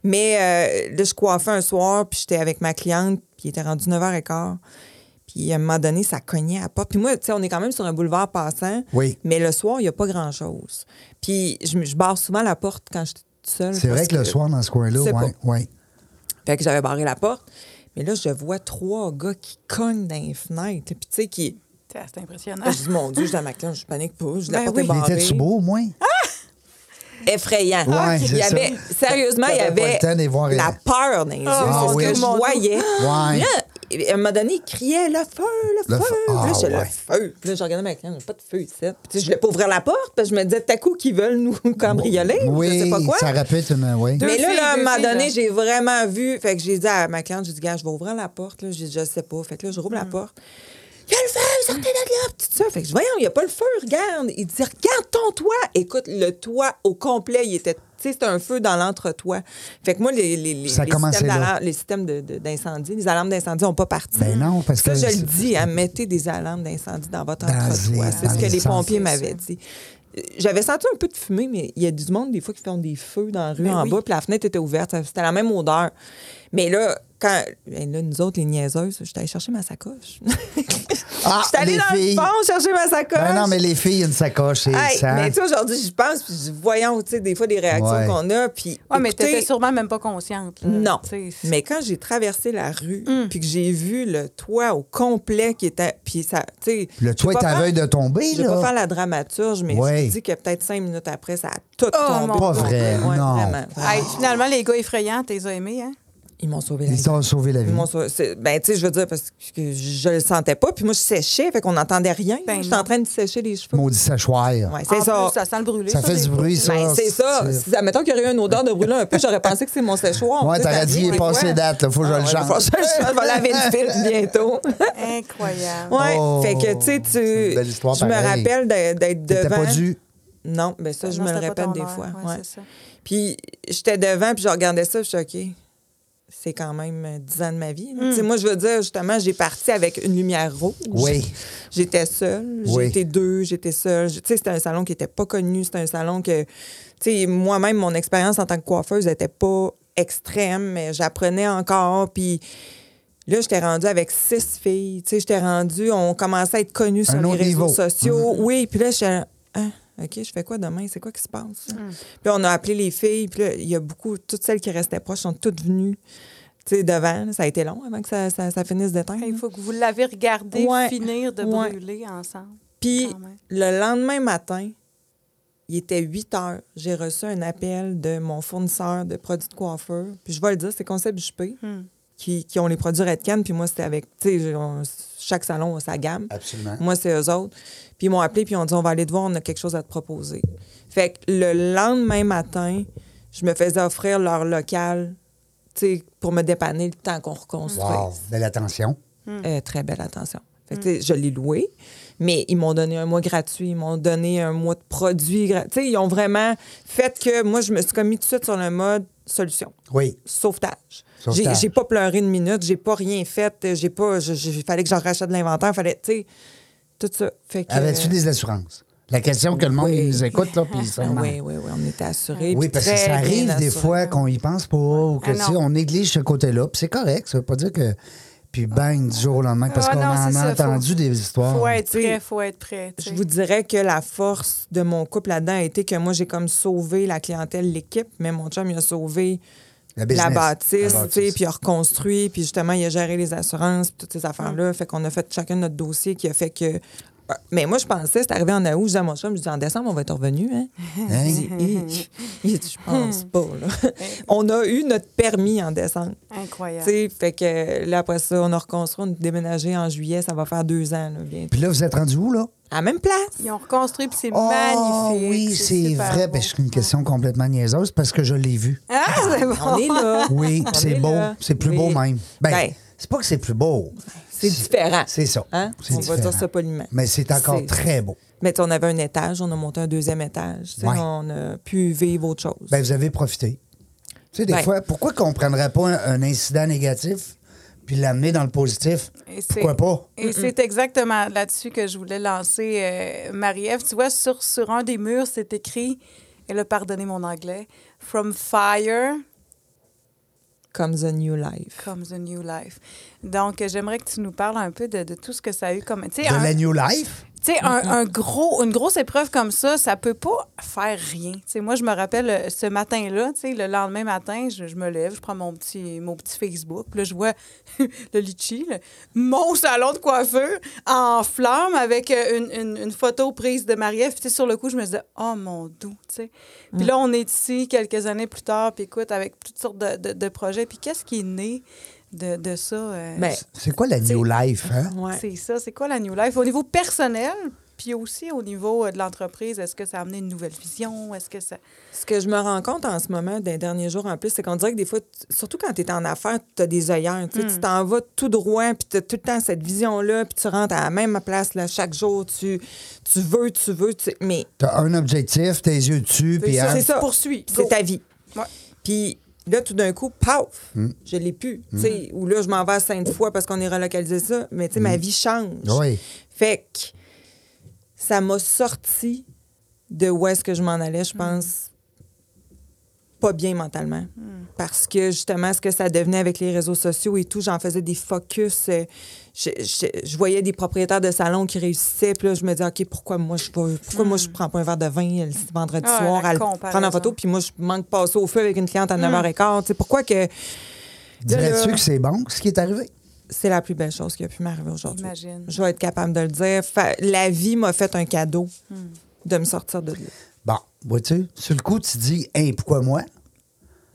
Speaker 3: Mais euh, là, je coiffais un soir, puis j'étais avec ma cliente, puis il était rendu 9h15. Puis à un moment donné, ça cognait à la porte. Puis moi, tu sais, on est quand même sur un boulevard passant.
Speaker 1: Oui.
Speaker 3: Mais le soir, il n'y a pas grand-chose. Puis je, me- je barre souvent la porte quand je suis toute seule.
Speaker 1: C'est vrai
Speaker 3: parce
Speaker 1: que le soir, dans ce coin-là,
Speaker 3: C'est
Speaker 1: ouais, ouais.
Speaker 3: Fait que j'avais barré la porte. Mais là, je vois trois gars qui cognent dans les fenêtres. Puis tu sais, qui...
Speaker 2: Tiens, C'est impressionnant.
Speaker 3: Là, Je dis, mon Dieu, je suis dans ma classe, je panique pas. Je dis, la
Speaker 2: Ben
Speaker 3: porte
Speaker 2: oui. Il
Speaker 3: est
Speaker 1: Il
Speaker 3: barrée.
Speaker 1: était-tu beau, au moins?
Speaker 3: hein, effrayant.
Speaker 2: Ah,
Speaker 1: Ouais,
Speaker 3: il
Speaker 1: c'est
Speaker 3: y
Speaker 1: ça.
Speaker 3: avait, sérieusement, il y
Speaker 1: T'avais pas
Speaker 3: avait
Speaker 1: le temps d'y voir rien.
Speaker 3: la peur dans les yeux.
Speaker 2: Ah,
Speaker 3: c'est ce
Speaker 1: oui.
Speaker 3: que je
Speaker 2: Mon Dieu.
Speaker 3: voyais.
Speaker 1: Ouais.
Speaker 3: Là, à un moment donné, il criait le feu, le,
Speaker 1: Le
Speaker 3: feu.
Speaker 1: feu.
Speaker 3: Puis
Speaker 1: Ah,
Speaker 3: là, je
Speaker 1: ouais.
Speaker 3: le feu. Puis là, je regardais ma cliente, j'ai pas de feu ici. Puis, tu sais, je voulais pas ouvrir la porte parce que je me disais, t'as coup qu'ils veulent nous cambrioler. ou je sais
Speaker 1: Oui,
Speaker 3: pas quoi.
Speaker 1: ça répète une. Oui.
Speaker 2: Deux
Speaker 3: Mais là,
Speaker 2: filles,
Speaker 3: là, à un
Speaker 2: deux
Speaker 3: moment
Speaker 2: filles,
Speaker 3: donné,
Speaker 2: là.
Speaker 3: j'ai vraiment vu. Fait que j'ai dit à ma cliente, j'ai dit, gars, je vais ouvrir la porte. Là. J'ai dit, je sais pas. Fait que là, je rouvre
Speaker 1: Mm.
Speaker 3: la porte. Il y a le feu, sortez de là, pis tout ça. Fait que je voyons, il n'y a pas le feu, regarde. Il dit, regarde ton toit. Écoute, le toit au complet, il était. Tu sais, c'était un feu dans l'entretoit. Fait que moi, les, les, les,
Speaker 1: Ça
Speaker 3: les
Speaker 1: commençait
Speaker 3: systèmes,
Speaker 1: là.
Speaker 3: d'alarme- les systèmes de- de- d'incendie, les alarmes d'incendie n'ont pas parti.
Speaker 1: Ben non, parce
Speaker 3: ça,
Speaker 1: que
Speaker 3: je
Speaker 1: c'est-
Speaker 3: le dis, hein, mettez des alarmes d'incendie dans votre
Speaker 1: Dans
Speaker 3: entretoit.
Speaker 1: les-
Speaker 3: C'est
Speaker 1: dans
Speaker 3: ce que
Speaker 1: les
Speaker 3: les
Speaker 1: sens.
Speaker 3: pompiers m'avaient dit. Euh, J'avais senti un peu de fumée, mais il y a du monde, des fois, qui font des feux dans la rue
Speaker 2: Ben
Speaker 3: en
Speaker 2: oui.
Speaker 3: bas, puis la fenêtre était ouverte. Ça- C'était la même odeur. Mais là, quand. ben là, nous autres, les niaiseuses, j'étais allée chercher ma sacoche.
Speaker 1: Ah,
Speaker 3: je suis allée
Speaker 1: les
Speaker 3: dans
Speaker 1: filles.
Speaker 3: le fond chercher ma sacoche.
Speaker 1: Ben non, mais les filles, une sacoche et
Speaker 3: Hey,
Speaker 1: ça.
Speaker 3: mais tu sais, aujourd'hui, je pense, puis je- voyons, tu sais, des fois, des réactions
Speaker 1: Ouais.
Speaker 3: qu'on a, puis.
Speaker 2: Ouais, Ah, mais
Speaker 3: écoutez,
Speaker 2: t'étais sûrement même pas consciente. là.
Speaker 3: Non.
Speaker 2: Tu sais, Mm.
Speaker 3: Mais quand j'ai traversé la rue, puis que j'ai vu le toit au complet qui était. Puis ça, tu sais. je
Speaker 1: Le
Speaker 3: vais
Speaker 1: toit est
Speaker 3: pas
Speaker 1: à
Speaker 3: faire-
Speaker 1: veille de tomber,
Speaker 3: Je vais pas
Speaker 1: là.
Speaker 3: faire la dramaturge, mais
Speaker 1: Ouais.
Speaker 3: je me dis que peut-être cinq minutes après, ça a tout
Speaker 2: Oh mon
Speaker 3: tombé.
Speaker 2: Dieu. Pas
Speaker 1: vrai, non.
Speaker 3: vraiment.
Speaker 2: Hey, finalement, les gars effrayants, t'es aimés, hein?
Speaker 3: Ils m'ont sauvé la vie.
Speaker 1: Ils ont sauvé la vie.
Speaker 3: Ils m'ont sauvé- c'est- Ben, tu sais, je veux dire, parce que je le sentais pas. Puis moi, je séchais, fait qu'on n'entendait rien.
Speaker 2: Ben
Speaker 3: J'étais en
Speaker 2: non.
Speaker 3: train de sécher les cheveux.
Speaker 1: Maudit sachoir.
Speaker 3: Ouais,
Speaker 2: En
Speaker 3: c'est ça.
Speaker 2: plus, ça sent le brûlé.
Speaker 1: Ça fait
Speaker 2: des
Speaker 1: du
Speaker 2: fois.
Speaker 1: bruit, ça.
Speaker 3: Ben, c'est ça.
Speaker 1: c'est-
Speaker 3: Si, admettons qu'il y aurait eu une odeur de brûlant un peu, j'aurais pensé que c'est mon séchoir.
Speaker 1: Ouais,
Speaker 3: Tu sais,
Speaker 1: t'aurais
Speaker 3: ça
Speaker 1: dit,
Speaker 3: vient
Speaker 1: il est
Speaker 3: des
Speaker 1: passé
Speaker 3: fois.
Speaker 1: date, là, faut que je
Speaker 3: Ah,
Speaker 1: le
Speaker 3: ouais,
Speaker 1: change.
Speaker 3: faut que je le change, je vais laver le fil bientôt.
Speaker 2: Incroyable.
Speaker 3: Ouais,
Speaker 1: Oh,
Speaker 3: fait que tu sais,
Speaker 1: c'est une
Speaker 3: tu.
Speaker 1: belle histoire,
Speaker 3: je me
Speaker 1: pareil.
Speaker 3: rappelle d'être d'être
Speaker 1: T'étais
Speaker 3: devant.
Speaker 1: pas dû.
Speaker 3: Non, mais ça, je
Speaker 2: Ben Non,
Speaker 3: me le
Speaker 2: c'était pas
Speaker 3: répète
Speaker 2: ton
Speaker 3: des
Speaker 2: heure.
Speaker 3: fois.
Speaker 2: Ouais,
Speaker 3: ouais.
Speaker 2: c'est ça.
Speaker 3: Puis j'étais devant, puis je regardais ça, puis je suis OK. C'est quand même euh, 10 ans de ma vie. là. Tu sais, Moi, je veux dire, justement, j'ai parti avec une lumière rouge.
Speaker 1: Oui.
Speaker 3: J'étais seule.
Speaker 1: Oui.
Speaker 3: J'étais deux, j'étais seule. Tu sais, c'était un salon qui n'était pas connu. C'était un salon que, tu sais, moi-même, mon expérience en tant que coiffeuse n'était pas extrême, mais j'apprenais encore. Puis là, j'étais rendue avec six filles. Tu sais, j'étais rendue, on commençait à être connus sur
Speaker 1: Un
Speaker 3: les
Speaker 1: autre
Speaker 3: réseaux
Speaker 1: niveau.
Speaker 3: sociaux. Oh, Oui, puis là, je hein, OK, je fais quoi demain? C'est quoi qui se passe?
Speaker 2: Mm.
Speaker 3: là? Puis on a appelé les filles, puis là, il y a beaucoup, toutes celles qui restaient proches sont toutes venues, tu sais, devant. Ça a été long avant que ça, ça- ça finisse d'éteindre.
Speaker 2: Il faut que vous l'avez regardé
Speaker 3: Ouais.
Speaker 2: finir de
Speaker 3: Ouais.
Speaker 2: brûler ensemble.
Speaker 3: Puis
Speaker 2: Quand même.
Speaker 3: le lendemain matin, il était 8 heures. J'ai reçu un appel de mon fournisseur de produits de coiffeur. Puis je vais le dire, c'est Concept Juppé
Speaker 2: Mm.
Speaker 3: qui, qui ont les produits Redken. Puis moi, c'était avec, tu sais, on- chaque salon a sa gamme.
Speaker 1: Absolument.
Speaker 3: Moi, c'est eux autres. Puis ils m'ont appelé, puis ils ont dit, on va aller te voir, on a quelque chose à te proposer. Fait que le lendemain matin, je me faisais offrir leur local, tu sais, pour me dépanner le temps qu'on reconstruise.
Speaker 1: Wow, belle attention.
Speaker 3: Euh, très belle attention. Fait que, tu sais, Je l'ai loué, mais ils m'ont donné un mois gratuit, ils m'ont donné un mois de produits. gra- Tu sais, Ils ont vraiment fait que moi, je me suis commis tout de suite sur le mode solution.
Speaker 1: Oui.
Speaker 3: Sauvetage. J'ai
Speaker 1: Sauvetage.
Speaker 3: j'ai pas pleuré une minute, j'ai pas rien fait, euh, j'ai pas. Il fallait que j'en rachète de l'inventaire, fallait, tu sais, tout ça. Fait que,
Speaker 1: Avais-tu
Speaker 3: euh,
Speaker 1: des assurances? La question que le monde
Speaker 3: Oui.
Speaker 1: nous écoute, là, puis ça.
Speaker 3: ah oui, oui, oui, on était assurés.
Speaker 1: Oui,
Speaker 3: puis
Speaker 1: parce que
Speaker 3: très
Speaker 1: ça
Speaker 3: bien
Speaker 1: arrive des
Speaker 3: assurés.
Speaker 1: fois qu'on y pense pas ou que
Speaker 2: Ah
Speaker 1: tu
Speaker 2: non.
Speaker 1: sais, on néglige ce côté-là. Puis c'est correct, ça veut pas dire que. Puis bang, du jour au lendemain, parce
Speaker 2: Ah
Speaker 1: qu'on
Speaker 2: non,
Speaker 1: en a
Speaker 2: c'est ça,
Speaker 1: entendu
Speaker 2: faut-
Speaker 1: des histoires.
Speaker 2: Faut être
Speaker 3: tu sais,
Speaker 2: prêt, faut être prêt. tu
Speaker 3: Je
Speaker 2: sais.
Speaker 3: vous dirais que la force de mon couple là-dedans a été que moi, j'ai comme sauvé la clientèle, l'équipe, mais mon chum, il a sauvé
Speaker 1: La business.
Speaker 3: la bâtisse,
Speaker 1: La
Speaker 3: tu sais,
Speaker 1: bâtisse.
Speaker 3: puis il a reconstruit, puis justement, il a géré les assurances, puis toutes ces affaires-là. Fait qu'on a fait chacun notre dossier qui a fait que. euh, Mais moi, je pensais, c'est arrivé en août, je disais à mon chum, je dis en décembre, on va être revenu, hein?
Speaker 1: Hein?
Speaker 3: Il dit, Hi. je pense
Speaker 2: Hum.
Speaker 3: pas, là. On a eu notre permis en décembre. Tu
Speaker 2: Incroyable.
Speaker 3: sais, fait que là, après ça, on a reconstruit, on a déménagé en juillet, ça va faire deux ans, là, bientôt.
Speaker 1: Puis là, vous êtes rendu où, là?
Speaker 3: À la même place.
Speaker 2: Ils ont reconstruit, puis c'est
Speaker 1: Ah
Speaker 2: magnifique.
Speaker 1: oui, c'est
Speaker 2: super
Speaker 1: vrai.
Speaker 2: beau.
Speaker 1: Ben, c'est une question complètement niaiseuse parce que je l'ai vu.
Speaker 2: Ah, c'est
Speaker 3: On
Speaker 2: bon.
Speaker 3: est là.
Speaker 1: Oui,
Speaker 3: On
Speaker 1: c'est
Speaker 3: est
Speaker 1: beau.
Speaker 3: là.
Speaker 1: C'est plus beau
Speaker 3: Oui.
Speaker 1: même. Ben,
Speaker 3: Ben.
Speaker 1: c'est pas que c'est plus beau.
Speaker 3: C'est différent.
Speaker 1: C'est ça.
Speaker 3: Hein?
Speaker 1: C'est
Speaker 3: On va
Speaker 1: différent.
Speaker 3: dire ça poliment.
Speaker 1: Mais c'est encore
Speaker 3: C'est-
Speaker 1: très beau.
Speaker 3: Mais tu sais, on avait un étage, on a monté un deuxième étage. Tu sais,
Speaker 1: Ouais.
Speaker 3: On a pu vivre autre chose.
Speaker 1: Ben, vous avez profité. Tu sais, des
Speaker 3: Ben.
Speaker 1: fois, pourquoi qu'on prendrait pas un, un incident négatif puis l'amener dans le positif?
Speaker 2: Et c'est-
Speaker 1: Pourquoi pas?
Speaker 2: Et c'est exactement là-dessus que je voulais lancer euh, Marie-Ève. Tu vois, sur, sur un des murs, c'est écrit, et là, pardonnez mon anglais, From fire
Speaker 3: Comme The New Life.
Speaker 2: comes a new life. Donc, euh, j'aimerais que tu nous parles un peu de, de tout ce que ça a eu comme. Tu sais,
Speaker 1: De
Speaker 2: un-
Speaker 1: la New Life?
Speaker 2: Tu sais, un, un gros, une grosse épreuve comme ça, ça peut pas faire rien. Tu sais, moi, je me rappelle euh, ce matin-là, tu sais, le lendemain matin, je, je me lève, je prends mon petit, mon petit Facebook, puis là, je vois le litchi, là, mon salon de coiffeur en flamme avec euh, une, une- une photo prise de Marie-Ève. Puis, tu sais, sur le coup, je me disais, oh mon doux, tu sais. Puis là, on est ici quelques années plus tard, puis écoute, avec toutes sortes de, de- de projets. Puis, qu'est-ce qui est né de, de ça? euh,
Speaker 3: Mais
Speaker 1: C'est quoi la New Life, hein?
Speaker 3: ouais.
Speaker 2: c'est ça. C'est quoi la New Life au niveau personnel, puis aussi au niveau euh, de l'entreprise? Est-ce que ça a amené une nouvelle vision? Est-ce que ça.
Speaker 3: ce que je me rends compte en ce moment, des derniers jours en plus, c'est qu'on dirait que des fois, tu- surtout quand tu es en affaires, tu as des œillères. tu sais, Tu t'en vas tout droit, puis tu as tout le temps cette vision-là, puis tu rentres à la même place là, chaque jour. Tu, tu veux, tu veux, tu- mais
Speaker 1: T'as un objectif, tes yeux dessus, puis
Speaker 3: ça,
Speaker 1: hein,
Speaker 3: c'est ça.
Speaker 2: Poursuis.
Speaker 3: C'est
Speaker 2: Go.
Speaker 3: ta vie.
Speaker 2: Ouais. Hmm.
Speaker 3: Puis là, tout d'un coup, paf, je l'ai plus. Tu sais, Ou là, je m'en vais à Sainte-Foy parce qu'on est relocalisé ça. Mais tu sais,
Speaker 2: Hmm.
Speaker 3: ma vie change.
Speaker 1: Oui.
Speaker 3: Fait que ça m'a sorti
Speaker 2: Mm. Mm.
Speaker 3: de où est-ce que je m'en allais, je pense, pas bien mentalement. parce que justement, ce que ça devenait avec les réseaux sociaux et tout, j'en faisais des focus. euh, Je, je- je voyais des propriétaires de salons qui réussissaient, puis là, je me disais, OK, pourquoi moi, je ne pourquoi moi, je prends pas un verre de vin euh, le vendredi
Speaker 2: Mm. Ah,
Speaker 3: soir
Speaker 2: la
Speaker 3: à le prendre
Speaker 2: comparaison. Mm.
Speaker 3: en photo, puis moi, je manque passer au feu avec une cliente à 9h15. Tu sais, pourquoi que
Speaker 1: Dirais-tu
Speaker 3: là-
Speaker 1: que c'est bon, ce qui est arrivé?
Speaker 3: c'est la plus belle chose qui a pu m'arriver aujourd'hui?
Speaker 2: Imagine.
Speaker 3: Je vais être capable de le dire. Fa- la vie m'a fait un cadeau
Speaker 2: Mm.
Speaker 3: de me sortir de là.
Speaker 1: Bon, vois-tu, sur le coup, tu dis, hey, pourquoi moi?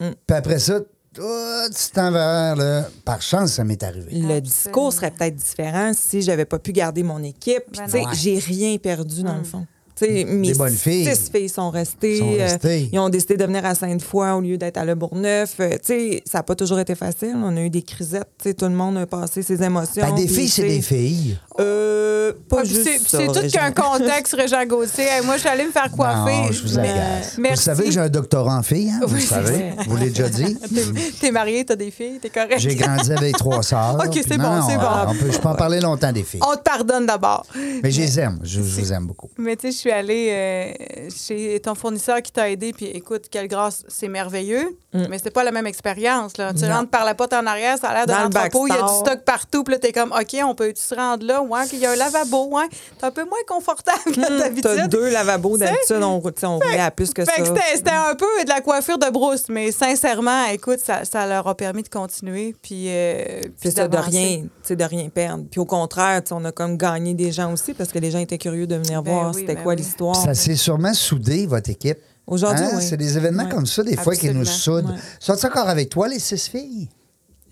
Speaker 2: Mm.
Speaker 1: Puis après ça, toi, tu t'en vas vers le. Par chance, ça m'est arrivé.
Speaker 3: le
Speaker 2: Absolument.
Speaker 3: discours serait peut-être différent si j'avais pas pu garder mon équipe. Puis,
Speaker 2: Ben
Speaker 3: tu sais,
Speaker 2: non. Mm.
Speaker 3: j'ai rien perdu dans le fond. Tu sais, mes
Speaker 1: bonnes filles.
Speaker 3: six filles sont restées.
Speaker 1: Sont
Speaker 3: euh,
Speaker 1: restées.
Speaker 3: ils ont décidé de venir à Sainte-Foy au lieu d'être à Le Bourgneuf. Euh, tu sais, ça n'a pas toujours été facile. On a eu des crisettes. Tu sais, tout le monde a passé ses émotions.
Speaker 1: Ben, des
Speaker 3: puis,
Speaker 1: filles, c'est
Speaker 3: tu sais,
Speaker 1: des filles.
Speaker 3: Euh, pas
Speaker 2: Ah, puis
Speaker 3: juste
Speaker 2: c'est
Speaker 3: ça,
Speaker 2: c'est tout qu'un
Speaker 3: Régine.
Speaker 2: contexte, Régent Gauthier. Hey, moi, je suis allée me faire coiffer.
Speaker 1: Non, je vous
Speaker 2: Mais-
Speaker 1: agace. Vous
Speaker 2: Merci.
Speaker 1: savez que j'ai un doctorat en filles, hein? Vous
Speaker 2: Oui,
Speaker 1: le savez.
Speaker 3: c'est
Speaker 1: Vous l'avez déjà dit.
Speaker 2: T'es- T'es marié, t'as des filles, t'es correct.
Speaker 1: J'ai grandi avec trois sœurs.
Speaker 2: Ok,
Speaker 1: puis
Speaker 2: c'est
Speaker 1: non,
Speaker 2: bon,
Speaker 1: non,
Speaker 2: c'est bon. Oh,
Speaker 1: on peut- je peux en parler longtemps des filles.
Speaker 2: On te pardonne d'abord.
Speaker 1: Mais je les aime. Je, je vous aime beaucoup.
Speaker 2: Mais tu sais, je suis allée euh, chez ton fournisseur qui t'a aidé, puis écoute, quelle grâce, c'est merveilleux.
Speaker 3: Mm.
Speaker 2: Mais c'était pas la même expérience. là. Tu rentres par la porte en arrière, ça a l'air de
Speaker 3: Dans le
Speaker 2: l'entrepôt, il y a du
Speaker 3: backstore.
Speaker 2: stock partout, puis là, t'es comme, OK, on peut se rendre là, ouais, qu'il y a un lavabo, ouais. T'es un peu moins confortable que d'habitude.
Speaker 3: Mm. T'as deux lavabos
Speaker 2: Tu sais?
Speaker 3: d'habitude, on, tu sais, on roulait à plus que ça. Mm.
Speaker 2: Fait que c'était c'était un peu de la coiffure de brousse, mais sincèrement, écoute, ça, ça leur a permis de continuer. Puis, euh, puis
Speaker 3: C'est ça, de
Speaker 2: d'avancer.
Speaker 3: rien, tu sais, de rien perdre. Puis au contraire, tu sais, on a comme gagné des gens aussi parce que les gens étaient curieux de venir
Speaker 2: Ben
Speaker 3: voir
Speaker 2: oui,
Speaker 3: c'était
Speaker 2: ben
Speaker 3: quoi
Speaker 2: oui.
Speaker 3: l'histoire.
Speaker 1: Ça s'est sûrement soudé, votre équipe. Hein?
Speaker 3: Aujourd'hui, oui.
Speaker 1: C'est des événements
Speaker 3: Ouais.
Speaker 1: comme ça, des fois, qui nous
Speaker 3: Absolument,
Speaker 1: soudent.
Speaker 3: ouais.
Speaker 1: Sont-ils encore avec toi, les six filles?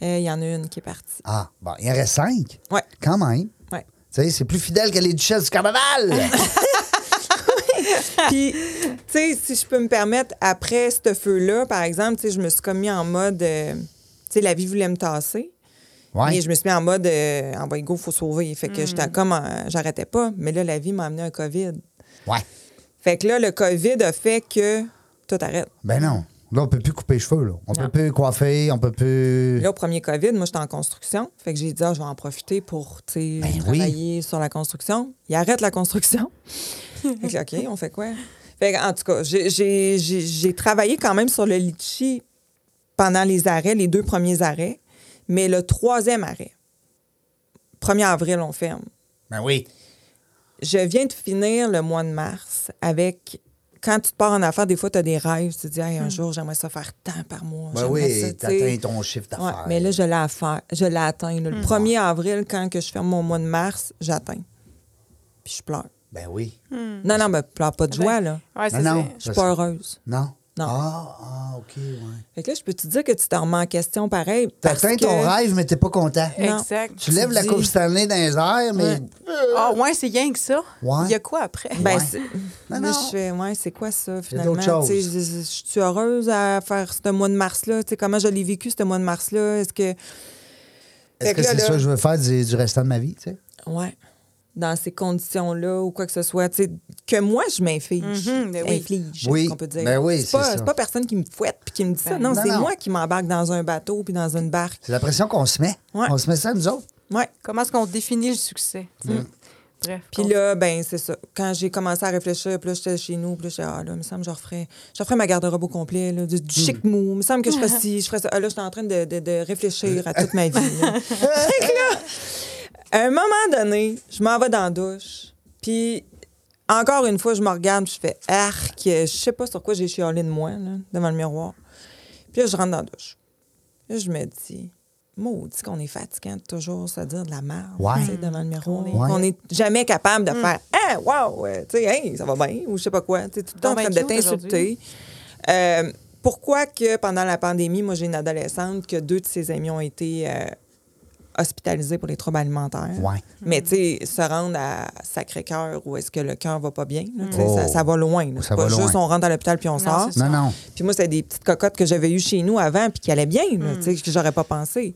Speaker 3: Eh, Il y en a une qui est partie.
Speaker 1: Ah, bon, il en reste cinq.
Speaker 3: Ouais.
Speaker 1: Quand même.
Speaker 3: Ouais.
Speaker 1: Tu sais, c'est plus fidèle que les duchesses du carnaval.
Speaker 3: Puis, tu sais, si je peux me permettre, après ce feu-là, par exemple, tu sais, je me suis comme mis en mode, euh, tu sais, la vie voulait me tasser.
Speaker 1: ouais.
Speaker 3: Mais je me suis mis en mode, euh, en go, faut sauver. Fait que j'étais comme, euh, j'arrêtais pas. Mais là, la vie m'a amené un COVID.
Speaker 1: Ouais.
Speaker 3: Fait que là, le COVID a fait que tout arrête.
Speaker 1: Ben non. Là, on peut plus couper les cheveux, là. On peut plus coiffer, on peut plus.
Speaker 3: Là, au premier COVID, moi, j'étais en construction. Fait que j'ai dit, ah, je vais en profiter pour tu sais,
Speaker 1: Ben oui.
Speaker 3: travailler sur la construction. Il arrête la construction. fait que, là, OK, on fait quoi? Fait que, en tout cas, j'ai- j'ai j'ai- j'ai travaillé quand même sur le litchi pendant les arrêts, les deux premiers arrêts. Mais le troisième arrêt, 1er avril, on ferme.
Speaker 1: Ben oui.
Speaker 3: Je viens de finir le mois de mars avec. Quand tu te pars en affaires, des fois, tu as des rêves. Tu te dis, Hey, un jour, j'aimerais ça faire tant par mois.
Speaker 1: Hmm. Ben
Speaker 3: J'aimerais ça,
Speaker 1: oui,
Speaker 3: tu sais.
Speaker 1: t'atteins ton chiffre
Speaker 3: Ouais,
Speaker 1: d'affaires.
Speaker 3: mais là, je l'ai à faire- Je l'ai atteint. là. Le 1er avril, quand que je ferme mon mois de mars, j'atteins. Puis je pleure.
Speaker 1: Ben oui.
Speaker 3: Non, non, mais pleure pas de joie, là.
Speaker 2: Ouais, c'est
Speaker 1: Non, non.
Speaker 2: ça.
Speaker 3: Je suis
Speaker 1: Ça,
Speaker 3: pas
Speaker 1: ça-
Speaker 3: heureuse.
Speaker 1: Non?
Speaker 3: Non.
Speaker 1: Ah, ah, OK, ouais.
Speaker 3: Fait que là, je peux te dire que tu te remets en question pareil. parce
Speaker 1: T'atteins ton
Speaker 3: que-
Speaker 1: rêve, mais t'es pas content.
Speaker 3: Non.
Speaker 2: Exact.
Speaker 1: Tu lèves la
Speaker 3: dis-
Speaker 1: coupe Stanley dans les airs, mais.
Speaker 3: Ouais.
Speaker 2: Ah, ouais, c'est rien que ça.
Speaker 1: Ouais.
Speaker 2: Il y a quoi après?
Speaker 3: Ben,
Speaker 1: Ouais.
Speaker 3: c'est-
Speaker 1: Non,
Speaker 3: là,
Speaker 1: non.
Speaker 3: je fais, ouais, c'est quoi
Speaker 1: y
Speaker 3: ça,
Speaker 1: a
Speaker 3: finalement?
Speaker 1: d'autres
Speaker 3: Tu sais,
Speaker 1: choses.
Speaker 3: je dis, Je suis heureuse à faire ce mois de mars-là? Tu sais, comment je l'ai vécu, ce mois de mars-là? Est-ce que.
Speaker 1: Est-ce
Speaker 3: Fait
Speaker 1: que
Speaker 3: là,
Speaker 1: c'est
Speaker 3: là-
Speaker 1: ça que je veux faire du, du restant de ma vie, tu sais?
Speaker 3: Ouais. Dans ces conditions-là ou quoi que ce soit, tu sais, que moi, je m'inflige.
Speaker 2: Mhm, ben oui.
Speaker 3: Inflige,
Speaker 1: Oui,
Speaker 3: qu'on peut dire.
Speaker 1: ben oui,
Speaker 3: c'est pas,
Speaker 1: c'est ça.
Speaker 3: c'est pas personne qui me fouette puis qui me dit ça. Non,
Speaker 1: non,
Speaker 3: c'est
Speaker 1: non.
Speaker 3: moi qui m'embarque dans un bateau puis dans une barque.
Speaker 1: C'est la pression qu'on se met.
Speaker 3: Ouais.
Speaker 1: On se met ça, nous autres.
Speaker 3: Ouais.
Speaker 2: Comment est-ce qu'on définit le succès? tu
Speaker 1: Mm.
Speaker 2: sais? Bref.
Speaker 3: Puis
Speaker 2: on-
Speaker 3: là, ben, c'est ça. Quand j'ai commencé à réfléchir, puis là, j'étais chez nous, puis là, j'étais, ah, là, il me semble que je referais, je referais ma garde-robe au complet, là, du, du chic mou. Il me semble que je ferais ci, je ferais ça. Ah, là, j'étais en train de, de- de réfléchir à toute ma vie. là. Fait que là, à un moment donné, je m'en vais dans la douche, puis encore une fois, je me regarde, puis je fais arc, je sais pas sur quoi j'ai chialé de moi, là, devant le miroir. Puis là, je rentre dans la douche. Là, je me dis, maudit qu'on est fatiguant de toujours se dire de la merde
Speaker 1: Ouais.
Speaker 3: tu sais, devant le miroir.
Speaker 1: est-
Speaker 3: Qu'on n'est jamais capable de faire Ah, wow, euh, tu sais, hey, ça va bien, ou je sais pas quoi. Tu es tout le temps en
Speaker 2: Ben,
Speaker 3: train de
Speaker 2: cute
Speaker 3: t'insulter. Euh, pourquoi que pendant la pandémie, moi, j'ai une adolescente que deux de ses amis ont été euh, hospitalisés pour les troubles alimentaires.
Speaker 1: Ouais.
Speaker 3: Mais tu sais, se rendre à Sacré-Cœur où est-ce que le cœur va pas bien, là, tu sais,
Speaker 1: Oh.
Speaker 3: ça, ça va loin. là.
Speaker 1: Ça
Speaker 3: C'est
Speaker 1: va
Speaker 3: pas
Speaker 1: loin.
Speaker 3: juste on rentre à l'hôpital puis on sort.
Speaker 2: c'est
Speaker 1: Non, non.
Speaker 3: Puis moi, c'était des petites cocottes que j'avais eues chez nous avant, puis qui allaient bien, là, tu sais, que j'aurais pas pensé.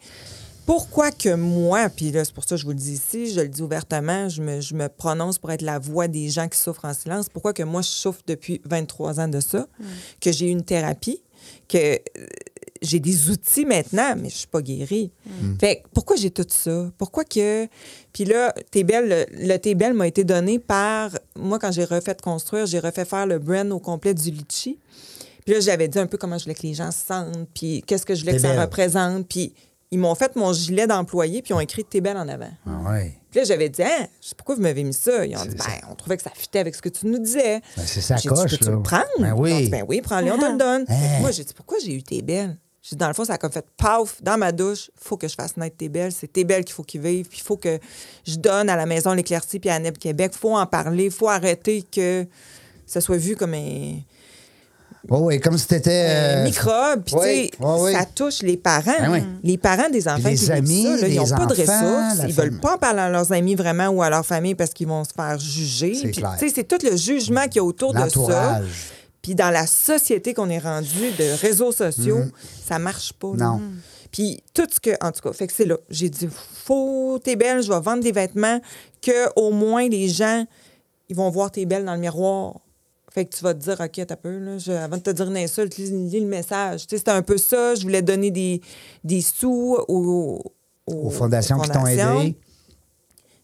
Speaker 3: Pourquoi que moi, puis là, c'est pour ça que je vous le dis ici, je le dis ouvertement, je me, je me prononce pour être la voix des gens qui souffrent en silence, pourquoi que moi, je souffre depuis 23 ans de ça, que j'ai eu une thérapie, que euh, j'ai des outils maintenant, mais je suis pas guérie.
Speaker 1: Mm.
Speaker 3: Fait que pourquoi j'ai tout ça? Pourquoi que... Puis là, T'es belle, le, le T'es belle m'a été donné par... Moi, quand j'ai refait construire, j'ai refait faire le brand au complet du litchi. Puis là, j'avais dit un peu comment je voulais que les gens se sentent, puis qu'est-ce que je voulais
Speaker 1: T'es
Speaker 3: que ça
Speaker 1: belle.
Speaker 3: représente. Puis ils m'ont fait mon gilet d'employé, puis ils ont écrit T'es belle en avant.
Speaker 1: Ah ouais.
Speaker 3: Puis là, j'avais dit, hein, je sais pourquoi vous m'avez mis ça? Ils ont
Speaker 1: C'est
Speaker 3: dit,
Speaker 1: ça.
Speaker 3: ben, on trouvait que ça fitait avec ce que tu nous disais.
Speaker 1: Ben, c'est sa
Speaker 3: J'ai dit,
Speaker 1: coche,
Speaker 3: Peux-tu
Speaker 1: là.
Speaker 3: le prendre?
Speaker 1: Ben oui.
Speaker 3: Ils ont dit, ben oui, prends-le, on te le donne.
Speaker 1: Hein.
Speaker 3: Moi, j'ai dit, pourquoi j'ai eu tes belles? J'ai dit, dans le fond, ça a comme fait paf dans ma douche. faut que je fasse naître tes belles. C'est tes belles qu'il faut qu'ils vivent. Puis il faut que je donne à la Maison L'Éclaircie puis à Neb Québec. faut en parler. faut arrêter que ça soit vu comme un,
Speaker 1: Oui, oui, comme si t'étais.
Speaker 3: un
Speaker 1: euh,
Speaker 3: microbe. Puis,
Speaker 1: oui,
Speaker 3: tu sais,
Speaker 1: oui, oui.
Speaker 3: ça touche les parents.
Speaker 1: Ben oui.
Speaker 3: Les parents des enfants
Speaker 1: Les
Speaker 3: qui vivent
Speaker 1: amis,
Speaker 3: ça, là,
Speaker 1: les
Speaker 3: ils n'ont pas de
Speaker 1: enfants,
Speaker 3: ressources.
Speaker 1: la
Speaker 3: Ils veulent
Speaker 1: famille.
Speaker 3: pas en parler à leurs amis vraiment ou à leur famille parce qu'ils vont se faire juger.
Speaker 1: C'est
Speaker 3: Puis,
Speaker 1: clair.
Speaker 3: tu sais, C'est tout le jugement qu'il y a autour de ça.
Speaker 1: L'entourage.
Speaker 3: Puis dans la société qu'on est rendu de réseaux sociaux, ça marche pas. là.
Speaker 1: Mhm. Non.
Speaker 3: Puis tout ce que, en tout cas, fait que c'est là. J'ai dit, faut, t'es belle, je vais vendre des vêtements que au moins les gens, ils vont voir t'es belle dans le miroir. Fait que tu vas te dire, OK, t'as peu, là, je- avant de te dire une insulte, lis, lis le message. Tu sais, c'était un peu ça. Je voulais donner des, des sous aux,
Speaker 1: Aux fondations qui t'ont
Speaker 3: fondations.
Speaker 1: aidé.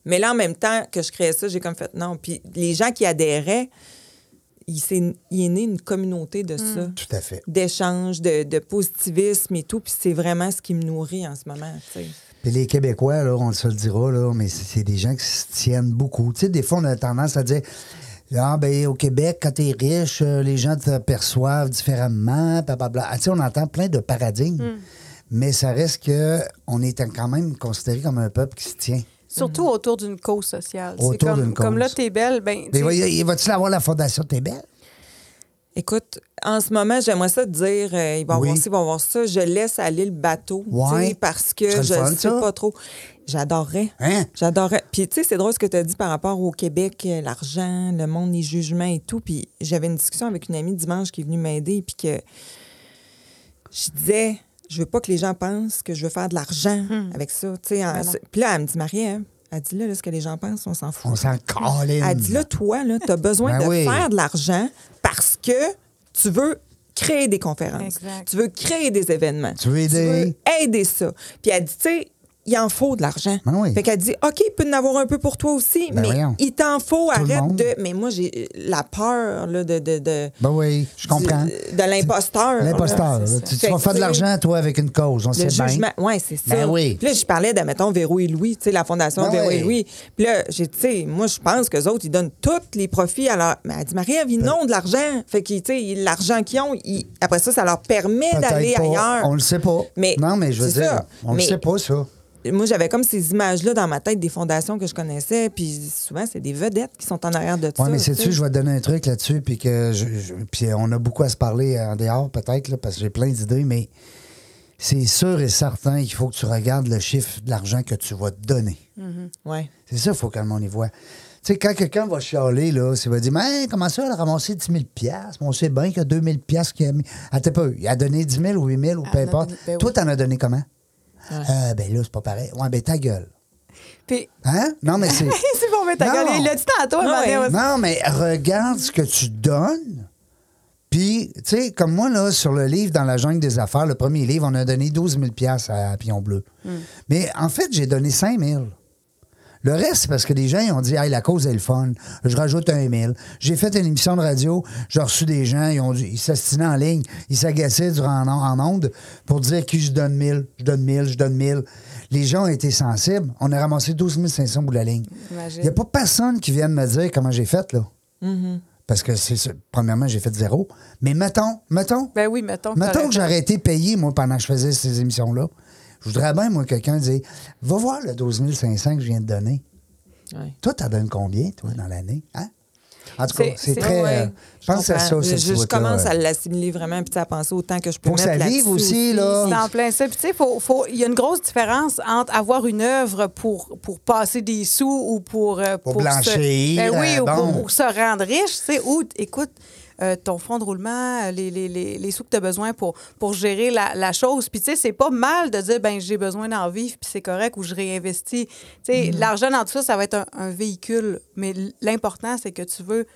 Speaker 3: Mais là, en même temps que je créais ça, j'ai comme fait non. Puis les gens qui adhéraient, il, s'est- il est né une communauté de ça,
Speaker 1: Tout à fait.
Speaker 3: d'échanges, de, de positivisme et tout. Puis c'est vraiment ce qui me nourrit en ce moment. tu sais.
Speaker 1: Puis les Québécois, là, on se le dira, là, mais c'est c'est des gens qui se tiennent beaucoup. Tu sais, des fois, on a tendance à dire Ah, ben, au Québec, quand t'es riche, euh, les gens te perçoivent différemment, blablabla. Ah, tu sais, on entend plein de paradigmes,
Speaker 3: Hmm.
Speaker 1: mais ça reste que on est quand même considéré comme un peuple qui se tient.
Speaker 2: Surtout autour d'une cause sociale. C'est
Speaker 1: mm. Autour
Speaker 2: comme,
Speaker 1: d'une
Speaker 2: comme
Speaker 1: cause.
Speaker 2: là, t'es belle, ben,
Speaker 1: Mais
Speaker 2: tu sais,
Speaker 1: va- va-t-il avoir la Fondation Tébel?
Speaker 3: Écoute, en ce moment, j'aimerais ça te dire, euh, il va y
Speaker 1: Oui.
Speaker 3: avoir ci, il va y avoir ça. Je laisse aller le bateau, tu sais,
Speaker 1: Ouais.
Speaker 3: parce
Speaker 1: Ce
Speaker 3: que
Speaker 1: serait le
Speaker 3: je ne
Speaker 1: fun,
Speaker 3: sais
Speaker 1: ça.
Speaker 3: pas trop. J'adorerais.
Speaker 1: Hein?
Speaker 3: J'adorerais. Puis, tu sais, c'est drôle ce que tu as dit par rapport au Québec, euh, l'argent, le monde, les jugements et tout. Puis, j'avais une discussion avec une amie dimanche qui est venue m'aider, puis que je disais, je veux pas que les gens pensent que je veux faire de l'argent avec ça. tu sais, en- c'est- Puis là, elle me dit, Marie, hein, elle dit là, là, ce que les gens pensent, on s'en fout.
Speaker 1: On s'en caline.
Speaker 3: Elle dit là, toi, là, tu as besoin
Speaker 1: Hum. Ben
Speaker 3: de
Speaker 1: oui.
Speaker 3: faire de l'argent parce que tu veux créer des conférences.
Speaker 2: Exact.
Speaker 3: Tu veux créer des événements.
Speaker 1: Tu veux aider.
Speaker 3: veux aider ça. Puis elle dit, tu sais, il en faut de l'argent.
Speaker 1: Ben oui.
Speaker 3: Fait qu'elle dit, OK, il peut en avoir un peu pour toi aussi,
Speaker 1: Ben
Speaker 3: mais
Speaker 1: voyons.
Speaker 3: il t'en
Speaker 1: Tout
Speaker 3: faut,
Speaker 1: le
Speaker 3: arrête
Speaker 1: monde.
Speaker 3: de. Mais moi, j'ai la peur là, de. de, de
Speaker 1: Ben oui, je comprends.
Speaker 3: du- euh, De l'imposteur.
Speaker 1: L'imposteur.
Speaker 3: là.
Speaker 1: là. Tu, tu
Speaker 3: Fait
Speaker 1: vas
Speaker 3: que,
Speaker 1: faire de
Speaker 3: tu sais,
Speaker 1: l'argent, toi, avec une cause. On
Speaker 3: le
Speaker 1: sait bien.
Speaker 3: jugement, oui, c'est ça.
Speaker 1: Ben oui.
Speaker 3: Puis là, je parlais de, mettons, Véro et Louis, tu sais, la fondation
Speaker 1: Ben
Speaker 3: Véro
Speaker 1: oui.
Speaker 3: et Louis. Puis là, j'ai dit, tu sais, moi, je pense qu'eux autres, ils donnent tous les profits à leur... Mais elle dit, Marie-Ève,
Speaker 1: Ben
Speaker 3: ils n'ont de l'argent. Fait que, tu sais, ils- l'argent qu'ils ont, ils- après ça, ça leur permet
Speaker 1: Peut-être
Speaker 3: d'aller
Speaker 1: pas.
Speaker 3: ailleurs.
Speaker 1: On le sait pas.
Speaker 3: Mais
Speaker 1: non, mais je veux
Speaker 3: c'est
Speaker 1: dire,
Speaker 3: ça.
Speaker 1: on
Speaker 3: Mais-
Speaker 1: le sait pas, ça.
Speaker 3: Moi, j'avais comme ces images-là dans ma tête des fondations que je connaissais. Puis souvent, c'est des vedettes qui sont en arrière de ça.
Speaker 1: Oui, mais
Speaker 3: tu sais.
Speaker 1: sais-tu, je vais te donner un truc là-dessus, puis que je- je- puis on a beaucoup à se parler en dehors, peut-être, là, parce que j'ai plein d'idées, mais c'est sûr et certain qu'il faut que tu regardes le chiffre de l'argent que tu vas te donner.
Speaker 3: Ouais.
Speaker 1: C'est ça, il faut que le monde y voit. Tu sais, quand quelqu'un va chialer, là, il va dire Mais comment ça, elle a ramassé 10 000 piastres? Mais On sait bien qu'il y a 2 000 piastres qu'il a mis. Ah, Attends un peu, il a donné 10 000 ou 8 000 ou peu
Speaker 2: Elle en a
Speaker 1: importe.
Speaker 2: donné- ben oui.
Speaker 1: Toi, t'en as donné comment?
Speaker 3: Ouais.
Speaker 1: Euh, ben là, c'est pas pareil. Ouais, ben ta gueule.
Speaker 2: puis-
Speaker 1: Hein? Non, mais c'est.
Speaker 2: c'est bon, mais t'as
Speaker 1: Non.
Speaker 2: gueule. Il l'a dit tantôt, à un
Speaker 3: Non,
Speaker 2: moment donné,
Speaker 3: ouais.
Speaker 2: on va-
Speaker 1: Non, mais regarde ce que tu donnes. Puis, tu sais, comme moi, là, sur le livre Dans la jungle des affaires, le premier livre, on a donné 12 000 à Pion Bleu.
Speaker 2: Hmm.
Speaker 1: Mais en fait, j'ai donné 5 000 le reste, c'est parce que les gens ils ont dit Hey, la cause est le fun. Je rajoute un email. J'ai fait une émission de radio, j'ai reçu des gens, ils ont dit- ils s'astinaient en ligne, ils s'agaçaient durant en, en onde pour dire qui je donne 1000, je donne 1000, je donne 1000. Les gens ont été sensibles. On a ramassé 12 500 bouts de la ligne.
Speaker 2: Imagine. Mm-hmm.
Speaker 1: Il n'y a pas personne qui vienne me dire comment j'ai fait, là. Parce que, c'est ça. premièrement, j'ai fait zéro. Mais mettons, mettons,
Speaker 2: Ben oui, mettons. que
Speaker 1: Mettons
Speaker 2: t'aurais-
Speaker 1: que j'aurais été payé, moi, pendant que je faisais ces émissions-là. Je voudrais bien, moi, quelqu'un dire Va voir le 12 500 que je viens de donner.
Speaker 3: Ouais.
Speaker 1: Toi, t'en donnes combien, toi, dans l'année? Hein? En tout cas,
Speaker 2: C'est-
Speaker 1: c'est
Speaker 2: c'est-
Speaker 1: très.
Speaker 3: Ouais.
Speaker 1: euh, je pense à ça,
Speaker 3: comprends. Je,
Speaker 1: cette
Speaker 3: je
Speaker 1: boîte-là,
Speaker 3: commence
Speaker 1: euh.
Speaker 3: à l'assimiler vraiment puis à penser autant que je peux
Speaker 1: Faut que
Speaker 3: mettre
Speaker 1: ça
Speaker 3: là-dessus
Speaker 1: vive aussi, là.
Speaker 2: C'est en plein ça. Puis, tu sais, faut- faut- il y a une grosse différence entre avoir une œuvre pour, pour passer des sous ou pour. euh,
Speaker 1: Pour
Speaker 2: se-
Speaker 1: blanchir,
Speaker 2: Ben oui,
Speaker 1: euh,
Speaker 2: ou pour,
Speaker 1: bon.
Speaker 2: pour se rendre riche, tu sais, ou, écoute, euh, ton fonds de roulement, euh, les, les- les- les sous que tu as besoin pour, pour gérer la, la chose. Puis, tu sais, c'est pas mal de dire, ben j'ai besoin d'en vivre, puis c'est correct, ou je réinvestis. Tu
Speaker 1: Mm-hmm.
Speaker 2: sais, l'argent dans tout ça, ça va être un, un véhicule. Mais l'important, c'est que tu veux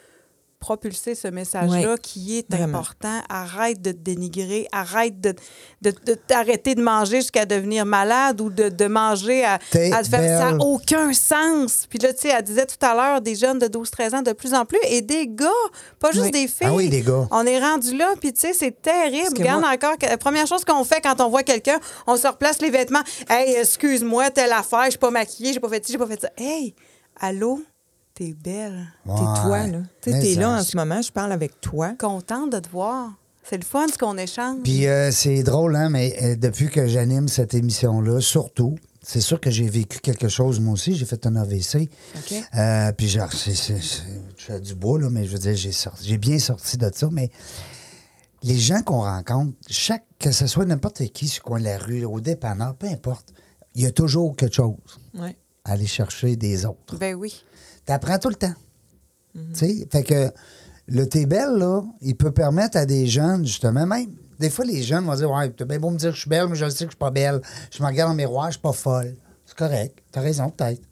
Speaker 2: propulser ce message-là
Speaker 3: Ouais.
Speaker 2: qui est
Speaker 3: Vraiment.
Speaker 2: important. Arrête de te dénigrer, arrête de, de, de t'arrêter de manger jusqu'à devenir malade ou de, de manger à,
Speaker 1: T'es
Speaker 2: à te faire ça
Speaker 1: belle.
Speaker 2: n'a aucun sens. Puis là, tu sais, elle disait tout à l'heure des jeunes de 12-13 ans de plus en plus et des gars, pas juste
Speaker 3: Oui.
Speaker 2: des filles.
Speaker 1: Ah oui, des gars.
Speaker 2: On est rendu là, puis tu sais, c'est terrible.
Speaker 3: Parce que
Speaker 2: Regarde
Speaker 3: moi-
Speaker 2: encore, que- la première chose qu'on fait quand on voit quelqu'un, on se replace les vêtements. Hey, excuse-moi, telle affaire, je suis pas maquillée, j'ai pas fait ci, j'ai pas fait ça. Hey, allô, t'es belle.
Speaker 3: T'es toi, là. Tu
Speaker 1: Mais
Speaker 3: sais, T'es
Speaker 1: ça,
Speaker 3: là en ce moment, je parle avec toi.
Speaker 2: Contente de te voir. C'est le fun ce qu'on échange.
Speaker 1: Puis euh, c'est drôle, hein, mais euh, depuis que j'anime cette émission-là, surtout, c'est sûr que j'ai vécu quelque chose, moi aussi. J'ai fait un AVC. Euh, puis genre, c'est, c'est, c'est- je fais du bois, là, mais je veux dire, j'ai, sorti, j'ai bien sorti de ça. Mais les gens qu'on rencontre, chaque, que ce soit n'importe qui sur le coin de la rue, au dépanneur, peu importe, il y a toujours quelque chose
Speaker 3: Ouais.
Speaker 1: à aller chercher des autres.
Speaker 2: Ben oui.
Speaker 1: T'apprends tout le temps.
Speaker 2: Mhm.
Speaker 1: Tu sais, fait que le t'es belle, là, il peut permettre à des jeunes, justement, même. Des fois, les jeunes vont dire Ouais, t'as bien beau me dire que je suis belle, mais je le sais que je suis pas belle. Je me regarde dans le miroir, je suis pas folle. C'est correct. T'as raison, peut-être.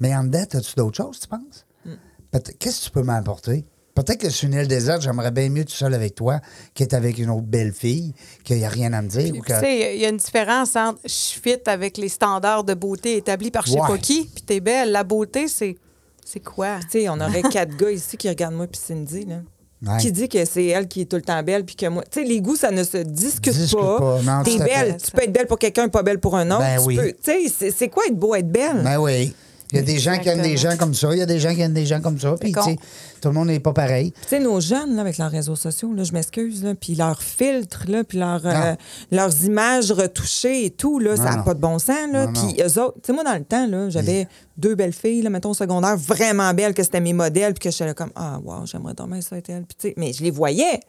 Speaker 1: Mais en dedans, as-tu d'autres choses, tu penses?
Speaker 2: Mm.
Speaker 1: Peut- Qu'est-ce que tu peux m'apporter? Peut-être que sur une île déserte, j'aimerais bien mieux tout seul avec toi qu'être avec une autre belle fille, qu'il n'y a rien à me dire. ou que...
Speaker 2: Tu sais, il y a une différence entre je suis fit avec les standards de beauté établis par je sais
Speaker 1: Ouais.
Speaker 2: pas qui, puis t'es belle. La beauté, c'est c'est quoi?
Speaker 3: Tu sais, on aurait quatre gars ici qui regardent moi puis Cindy, là.
Speaker 1: Ouais.
Speaker 3: Qui dit que c'est elle qui est tout le temps belle puis que moi. Tu sais, les goûts, ça ne se discute,
Speaker 1: Discute pas,
Speaker 3: pas.
Speaker 1: non,
Speaker 3: T'es
Speaker 1: tout à fait.
Speaker 3: belle. Tu peux être belle pour quelqu'un, pas belle pour un autre.
Speaker 1: Ben
Speaker 3: Tu
Speaker 1: oui.
Speaker 3: peux- Tu sais, c'est- c'est quoi être beau, être belle?
Speaker 1: Ben oui. Il y a des gens qui aiment des
Speaker 2: Exactement.
Speaker 1: gens comme ça, il y a des gens qui aiment des gens comme ça, puis tu
Speaker 2: qu'on-
Speaker 1: sais, tout le monde n'est pas pareil.
Speaker 3: Tu sais, nos jeunes, là, avec leurs réseaux sociaux, là, je m'excuse, là, puis leurs filtres, là, puis leurs, euh,
Speaker 1: Non.
Speaker 3: leurs images retouchées et tout, là, ça
Speaker 1: non.
Speaker 3: n'a pas de bon sens. Là,
Speaker 1: Non,
Speaker 3: puis eux autres, tu sais, moi, dans le temps, là, j'avais deux belles filles, là, mettons, au secondaire, vraiment belles, que c'était mes modèles, puis que j'étais là comme, ah, wow, j'aimerais dormir ça être elle. Puis, tu sais, mais je les voyais.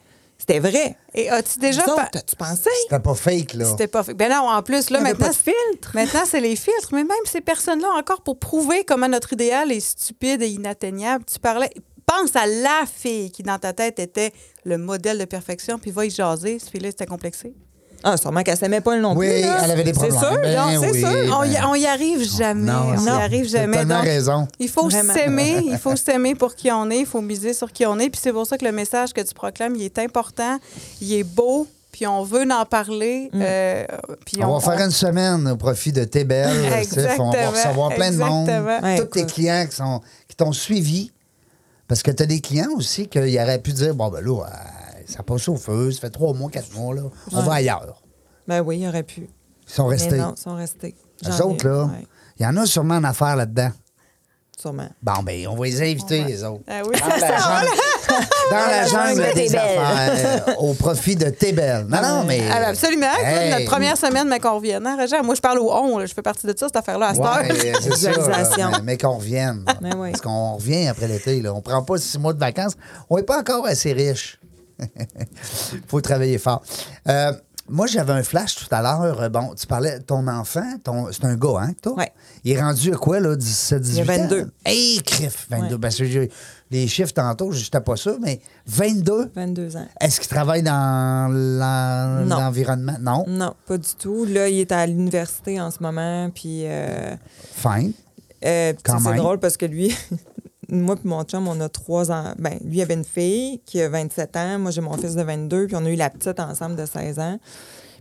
Speaker 3: C'était vrai.
Speaker 2: Et as-tu déjà.
Speaker 3: Eux autres,
Speaker 2: pa-
Speaker 3: t'as-tu pensé?
Speaker 1: C'était pas fake, là.
Speaker 2: C'était pas. Ben non, en plus, là,
Speaker 3: Il y avait
Speaker 2: maintenant.
Speaker 3: pas de filtre.
Speaker 2: Maintenant, c'est les filtres. Mais même ces personnes-là, encore pour prouver comment notre idéal est stupide et inatteignable, tu parlais. Pense à la fille qui, dans ta tête, était le modèle de perfection, puis va y jaser. Cette fille-là, c'était complexé.
Speaker 3: Ah, sûrement qu'elle s'aimait pas le nom
Speaker 1: Oui,
Speaker 3: plus. là.
Speaker 1: elle avait des problèmes.
Speaker 3: C'est sûr,
Speaker 1: Ben
Speaker 3: non, c'est
Speaker 1: oui.
Speaker 3: sûr.
Speaker 2: Mmh,
Speaker 3: Ah,
Speaker 2: On, y,
Speaker 1: ben-
Speaker 2: on y arrive jamais.
Speaker 1: Non,
Speaker 2: on y
Speaker 1: non.
Speaker 2: arrive
Speaker 1: T'as
Speaker 2: jamais.
Speaker 1: tellement
Speaker 2: Donc,
Speaker 1: raison.
Speaker 2: Il faut
Speaker 3: Vraiment.
Speaker 2: s'aimer. Il faut s'aimer pour qui on est. Il faut miser sur qui on est. Puis c'est pour ça que le message que tu proclames, il est important. Il est beau. Puis on veut en parler. euh, puis
Speaker 1: Mmh. on, va faire une semaine au profit de tes belles. Steph. on va
Speaker 2: Exactement,
Speaker 1: recevoir plein de monde.
Speaker 2: exactement.
Speaker 3: Ouais,
Speaker 1: Tous tes
Speaker 3: écoute.
Speaker 1: clients qui sont- qui t'ont suivi. Parce que tu as des clients aussi qu'ils auraient pu dire Bon, ben là, euh, ça passe au feu, ça fait trois mois, quatre mois, là. On
Speaker 3: Ouais.
Speaker 1: va ailleurs.
Speaker 3: Ben oui, il aurait pu.
Speaker 1: Ils sont
Speaker 3: Mais
Speaker 1: restés.
Speaker 3: non, ils sont restés. J'en
Speaker 1: Les
Speaker 3: ai-
Speaker 1: autres, là,
Speaker 3: ouais,
Speaker 1: il y en a sûrement une affaire là-dedans.
Speaker 3: sûrement.
Speaker 1: Bon, ben, on va les inviter, les autres.
Speaker 2: Ah oui,
Speaker 1: Dans la jungle,
Speaker 2: Ah,
Speaker 1: dans la jungle des affaires, euh, au profit de tes belles. Non, non, mais.
Speaker 2: Ah, ben absolument.
Speaker 1: Hey.
Speaker 2: Notre première semaine, mais qu'on revienne. hein, Roger? Moi, je parle au on. là. Je fais partie de ça, cette affaire-là, à cette
Speaker 1: Ouais,
Speaker 2: heure.
Speaker 1: c'est ça,
Speaker 3: Visualisation.
Speaker 1: là. mais, mais qu'on revienne.
Speaker 3: Mais oui.
Speaker 1: Parce qu'on revient après l'été. Là. On prend pas six mois de vacances. On n'est pas encore assez riche. faut travailler fort. Euh, moi, j'avais un flash tout à l'heure. Euh, Bon, tu parlais de ton enfant. Ton... C'est un gars, hein, toi?
Speaker 3: Ouais.
Speaker 1: Il est rendu à quoi, là, 17, 18
Speaker 3: Il a
Speaker 1: ans?
Speaker 3: 22.
Speaker 1: Hey, crif, 22.
Speaker 3: Ouais.
Speaker 1: Parce que j'ai- les chiffres, tantôt, je n'étais pas sûr, mais 22,
Speaker 3: 22 ans.
Speaker 1: est-ce qu'il travaille dans l'en-
Speaker 3: Non. Mm.
Speaker 1: l'environnement? Non.
Speaker 3: Non, pas du tout. Là, il est à l'université en ce moment, puis euh,
Speaker 1: Fine.
Speaker 3: euh, puis
Speaker 1: Quand
Speaker 3: c'est
Speaker 1: même.
Speaker 3: drôle parce que lui, moi puis mon chum, on a trois ans. Ben, lui avait une fille qui a 27 ans, moi j'ai mon fils de 22, puis on a eu la petite ensemble de 16 ans.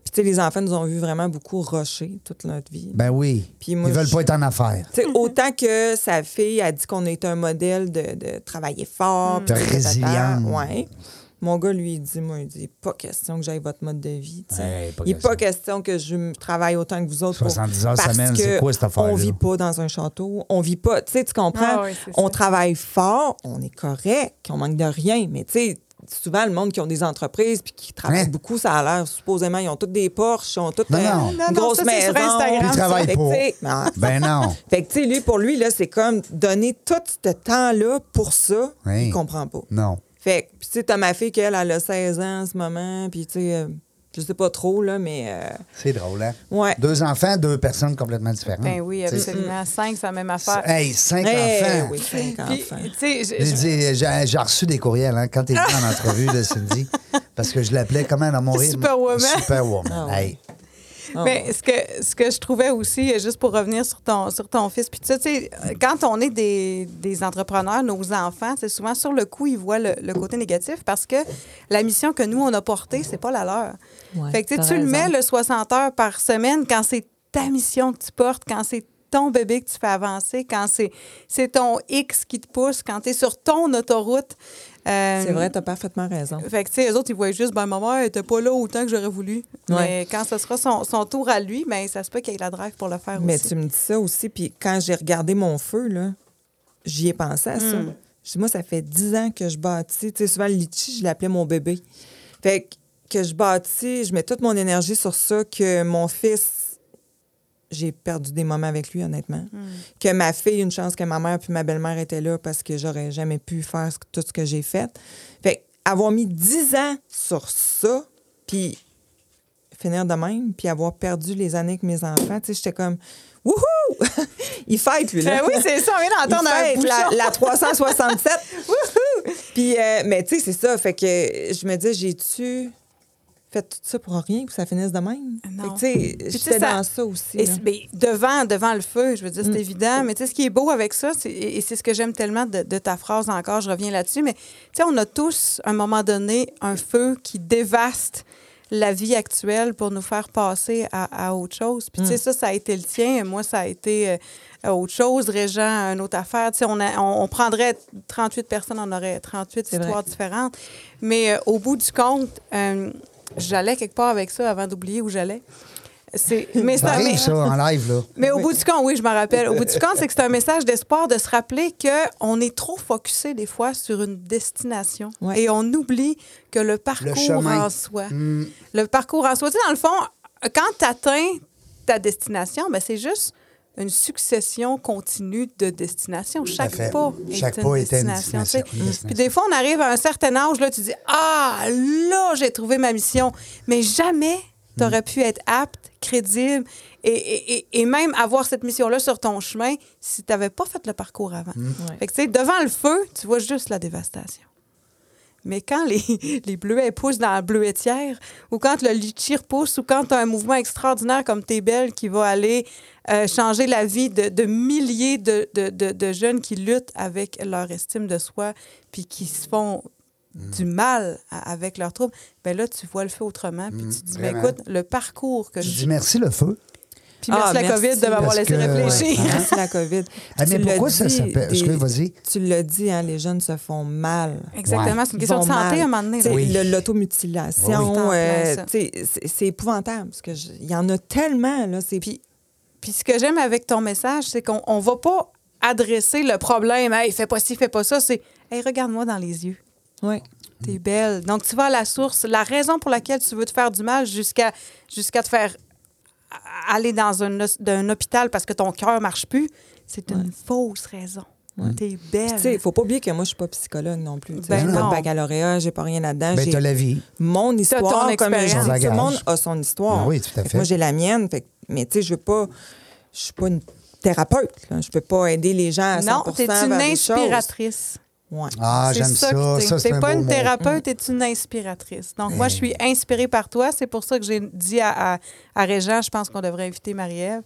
Speaker 3: Puis tu sais, les enfants nous ont vu vraiment beaucoup rocher toute notre vie.
Speaker 1: Ben oui.
Speaker 3: Puis moi,
Speaker 1: Ils veulent
Speaker 3: je-
Speaker 1: pas être en affaires.
Speaker 3: Tu sais,
Speaker 2: Mhm.
Speaker 3: autant que sa fille a dit qu'on est un modèle de, de travailler
Speaker 2: Mhm.
Speaker 3: fort, puis
Speaker 1: De
Speaker 3: tatata,
Speaker 1: résilience.
Speaker 3: Ouais. Mon gars, lui, il dit, moi, il dit, pas question que j'aille votre mode de vie. tu sais.
Speaker 1: Ouais, pas
Speaker 3: il n'est pas question que je me travaille autant que vous autres. pour-
Speaker 1: 70 heures
Speaker 3: parce
Speaker 1: semaine,
Speaker 3: que
Speaker 1: c'est quoi cette affaire-là?
Speaker 3: On vit pas dans un château. On vit pas. Tu sais, tu comprends?
Speaker 2: Ah ouais, c'est
Speaker 3: on
Speaker 2: ça.
Speaker 3: travaille fort, on est correct, on manque de rien. Mais tu sais, souvent, le monde qui ont des entreprises puis qui travaillent
Speaker 1: Hein?
Speaker 3: beaucoup, ça a l'air, supposément, ils ont tous des Porsche, ils ont toutes
Speaker 1: Non,
Speaker 3: euh,
Speaker 1: non.
Speaker 3: une
Speaker 2: Non, non,
Speaker 3: grosse
Speaker 2: ça, c'est
Speaker 3: maison.
Speaker 2: sur Instagram,
Speaker 1: Puis ils travaillent
Speaker 3: Fait que,
Speaker 1: pas.
Speaker 3: tu sais, non,
Speaker 1: Ben non.
Speaker 3: fait que, tu sais, lui, pour lui, là, c'est comme donner tout ce temps-là pour ça,
Speaker 1: Oui.
Speaker 3: il comprend pas.
Speaker 1: Non.
Speaker 3: Fait que, puis, tu sais, t'as ma fille, qu'elle, elle a 16 ans en ce moment, puis, tu sais, euh, je sais pas trop, là, mais. euh,
Speaker 1: C'est drôle, hein?
Speaker 3: Ouais.
Speaker 1: Deux enfants, deux personnes complètement différentes.
Speaker 2: Ben oui,
Speaker 1: Tu sais,
Speaker 2: absolument. Cinq, c'est la même affaire.
Speaker 1: Hey, cinq
Speaker 3: eh,
Speaker 1: enfants.
Speaker 3: oui, cinq
Speaker 2: Puis,
Speaker 3: enfants.
Speaker 2: tu sais, je-
Speaker 1: J'ai
Speaker 2: je-
Speaker 1: dit- J'ai j'ai reçu des courriels hein, quand t'es venu en entrevue de Cindy, parce que je l'appelais comment dans mon rythme?
Speaker 2: Superwoman.
Speaker 1: Superwoman.
Speaker 3: Ah ouais.
Speaker 1: Hey.
Speaker 2: Mais ce que, ce que je trouvais aussi, euh, juste pour revenir sur ton, sur ton fils, puis tout ça, tu sais, euh, quand on est des, des entrepreneurs, nos enfants, c'est souvent sur le coup, ils voient le, le côté négatif parce que la mission que nous, on a portée, c'est pas la leur.
Speaker 3: Ouais,
Speaker 2: fait que tu sais,
Speaker 3: t'as
Speaker 2: tu le mets
Speaker 3: raison.
Speaker 2: le 60 heures par semaine quand c'est ta mission que tu portes, quand c'est ton bébé que tu fais avancer, quand c'est c'est ton X qui te pousse, quand tu es sur ton autoroute. Euh,
Speaker 3: C'est vrai, t'as parfaitement raison.
Speaker 2: fait que, tu sais, eux autres, ils voient juste, ben, ma mère était pas là autant que j'aurais voulu. Mais quand ce sera son, son tour à lui, ben, ça se peut qu'il ait la drive pour le faire
Speaker 3: Mais
Speaker 2: aussi.
Speaker 3: tu me dis ça aussi, puis quand j'ai regardé mon feu, là, j'y ai pensé à ça. Je dis, moi, ça fait dix ans que je bâtis. Tu sais, souvent, le litchi, je l'appelais mon bébé. Fait que, que je bâtis, je mets toute mon énergie sur ça, que mon fils, j'ai perdu des moments avec lui, honnêtement.
Speaker 2: Hmm.
Speaker 3: Que ma fille, une chance que ma mère puis ma belle-mère étaient là parce que j'aurais jamais pu faire ce- tout ce que j'ai fait. Fait que, avoir mis dix ans sur ça, puis finir de même, puis avoir perdu les années avec mes enfants, tu sais, j'étais comme, wouhou! Il fête, lui, là.
Speaker 2: Ben oui, c'est ça, on vient
Speaker 3: Il
Speaker 2: d'entendre un
Speaker 3: fête, la,
Speaker 2: bouchon.
Speaker 3: la 367. Wouhou! Puis, euh, mais tu sais, c'est ça. Fait que euh, je me dis, j'ai-tu fait tout ça pour rien, que ça finisse de même?
Speaker 2: Ah Non.
Speaker 3: Fait que,
Speaker 2: Puis,
Speaker 3: tu sais,
Speaker 2: tu sais,
Speaker 3: j'étais
Speaker 2: ça-
Speaker 3: dans ça aussi.
Speaker 2: Et
Speaker 3: là. Mm.
Speaker 2: c'est- ben, devant, devant le feu, je veux dire, c'est évident. Mais tu sais, ce qui est beau avec ça, c'est- et et c'est ce que j'aime tellement de, de ta phrase encore, je reviens là-dessus, mais tu sais, on a tous, à un moment donné, un feu qui dévaste la vie actuelle pour nous faire passer à, à autre chose.
Speaker 3: Mm.
Speaker 2: Puis tu sais, ça, ça a été le tien. Moi, ça a été euh, à autre chose. Régent, une autre affaire. Tu sais, on, a- on, on prendrait 38 personnes, on aurait 38
Speaker 3: C'est vrai.
Speaker 2: histoires différentes. Mais euh, au bout du compte, euh, j'allais quelque part avec ça avant d'oublier où j'allais. C'est- Mais
Speaker 1: Ça
Speaker 2: un- mais-
Speaker 1: arrive, ça, en live, là.
Speaker 2: mais au bout du compte, oui, je me rappelle. Au bout du compte, c'est que c'est un message d'espoir de se rappeler qu'on est trop focusé des fois sur une destination
Speaker 3: Ouais.
Speaker 2: et on oublie que le parcours
Speaker 1: chemin. Mm.
Speaker 2: en soi, le parcours en soi, tu sais, dans le fond, quand tu atteins ta destination, ben, c'est juste une succession continue de destinations. Chaque
Speaker 1: fait.
Speaker 2: pas,
Speaker 1: Chaque
Speaker 2: est,
Speaker 1: pas
Speaker 2: une
Speaker 1: était une
Speaker 2: destination. tu sais.
Speaker 1: destination, une destination.
Speaker 2: Puis des fois, on arrive à un certain âge, là, tu dis Ah, là, j'ai trouvé ma mission. Mais jamais tu aurais pu être apte, crédible et, et- et- et même avoir cette mission-là sur ton chemin si tu n'avais pas fait le parcours avant. Fait que, tu sais, devant le feu, tu vois juste la dévastation. Mais quand les, les bleuets poussent dans la bleuetière, ou quand le litchi repousse, ou quand tu as un mouvement extraordinaire comme T'es belle qui va aller euh, changer la vie de, de milliers de, de- de- de jeunes qui luttent avec leur estime de soi, puis qui se font du mal à- avec leurs troubles, ben là, tu vois le feu autrement, puis tu te dis, ben
Speaker 1: vraiment.
Speaker 2: écoute, le parcours que
Speaker 1: Je
Speaker 2: je...
Speaker 1: dis merci, le feu.
Speaker 2: Puis merci
Speaker 3: Ah,
Speaker 2: la
Speaker 3: merci,
Speaker 2: COVID de m'avoir
Speaker 1: parce
Speaker 2: laissé
Speaker 1: que-
Speaker 2: réfléchir.
Speaker 1: Ouais. hein?
Speaker 3: Merci la COVID.
Speaker 1: Ah, mais
Speaker 3: Tu l'as
Speaker 1: pourquoi ça
Speaker 3: dit,
Speaker 1: s'appelle-
Speaker 3: des-
Speaker 1: Excuse, vas-y.
Speaker 3: Tu l'as dit, hein, les jeunes se font mal.
Speaker 2: Exactement, c'est une
Speaker 3: Ils
Speaker 2: question de
Speaker 3: vont
Speaker 2: santé
Speaker 3: mal.
Speaker 2: à un moment donné.
Speaker 3: T'sais,
Speaker 2: là.
Speaker 3: le- L'automutilation,
Speaker 2: Oui. T'en
Speaker 3: euh,
Speaker 2: plein, ça.
Speaker 3: t'sais, c'est c'est épouvantable parce que je- il y en a tellement là. C'est puis
Speaker 2: Puis ce que j'aime avec ton message, c'est qu'on on va pas adresser le problème. Hey, fais pas ci, fais pas ça. C'est, hey, regarde-moi dans les yeux.
Speaker 3: ouais. Mm.
Speaker 2: T'es belle. Donc, tu vas à la source. La raison pour laquelle tu veux te faire du mal jusqu'à jusqu'à te faire a- aller dans un, os- d'un hôpital parce que ton cœur marche plus, c'est une fausse raison. T'es
Speaker 3: Tu sais,
Speaker 2: belle.
Speaker 3: faut pas oublier que moi, je suis pas psychologue non plus. t'sais.
Speaker 2: Ben
Speaker 3: j'ai pas
Speaker 2: non.
Speaker 3: de baccalauréat, j'ai pas rien là-dedans.
Speaker 1: Ben,
Speaker 3: j'ai
Speaker 1: t'as la vie.
Speaker 3: Mon
Speaker 2: ton
Speaker 3: histoire, comme je dis,
Speaker 2: expérience.
Speaker 3: tout
Speaker 1: Ton
Speaker 3: le monde
Speaker 1: bagage.
Speaker 3: a son histoire.
Speaker 1: Ben oui, tout à
Speaker 3: que
Speaker 1: fait.
Speaker 3: Moi, j'ai la mienne. Fait, que- mais tu sais, je veux pas. Je suis pas une thérapeute. là. Je peux pas aider les gens à 100
Speaker 2: Non, t'es une
Speaker 3: vers des choses.
Speaker 2: inspiratrice.
Speaker 3: Ouais.
Speaker 1: Ah,
Speaker 2: C'est
Speaker 1: j'aime
Speaker 2: ça
Speaker 1: ça.
Speaker 2: que
Speaker 1: Ça,
Speaker 2: t'es.
Speaker 1: c'est
Speaker 2: T'es
Speaker 1: un
Speaker 2: pas
Speaker 1: beau
Speaker 2: une
Speaker 1: mot. Eh.
Speaker 2: thérapeute, t'es une inspiratrice. Donc, moi, je suis inspirée par toi. C'est pour ça que j'ai dit à, à, à Régent, je pense qu'on devrait inviter Marie-Ève.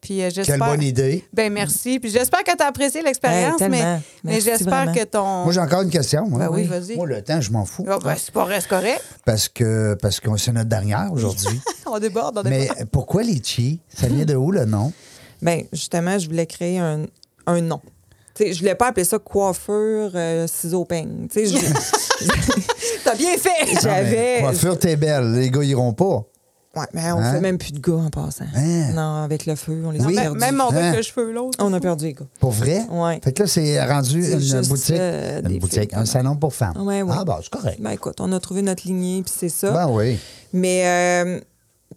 Speaker 2: Puis, euh, j'espère.
Speaker 1: Quelle bonne idée.
Speaker 2: Ben merci. Puis j'espère que tu as apprécié l'expérience,
Speaker 3: Hey,
Speaker 2: mais,
Speaker 3: Eh, tellement.
Speaker 2: mais
Speaker 3: Merci
Speaker 2: j'espère
Speaker 3: vraiment.
Speaker 2: que ton.
Speaker 1: Moi, j'ai encore une question. Moi.
Speaker 2: Ben oui, vas-y.
Speaker 1: Moi, le temps, je m'en fous.
Speaker 2: Ah, ben, c'est pas reste correct.
Speaker 1: Parce que parce que c'est notre dernière aujourd'hui.
Speaker 2: On déborde, on
Speaker 1: Mais
Speaker 2: déborde.
Speaker 1: pourquoi litchi? Ça vient de où le nom?
Speaker 3: Ben, justement, je voulais créer un, un nom. Tu sais, je voulais pas appeler ça coiffure, euh, ciseaux, peigne. Tu sais, je-
Speaker 2: T'as bien fait.
Speaker 1: Ah, mais
Speaker 3: j'avais.
Speaker 1: Coiffure, t'es belle. Les gars iront pas.
Speaker 3: Ouais, mais on
Speaker 1: Hein?
Speaker 3: fait même plus de gars en passant.
Speaker 1: Hein?
Speaker 3: Non, avec le feu, on les
Speaker 1: Oui.
Speaker 3: a
Speaker 2: Ben,
Speaker 3: perdus.
Speaker 2: Même mon
Speaker 1: Hein?
Speaker 2: avec le cheveu l'autre.
Speaker 3: On a perdu les gars.
Speaker 1: Pour vrai?
Speaker 3: Ouais.
Speaker 1: Fait que là, c'est rendu
Speaker 3: C'est
Speaker 1: une
Speaker 3: juste,
Speaker 1: boutique.
Speaker 3: euh,
Speaker 1: une
Speaker 3: des
Speaker 1: boutique.
Speaker 3: filles,
Speaker 1: Un salon pour femmes.
Speaker 3: Ouais, ouais.
Speaker 1: Ah, bah, c'est correct.
Speaker 3: Ben écoute, on a trouvé notre lignée, puis c'est ça.
Speaker 1: Ben oui.
Speaker 3: Mais, euh,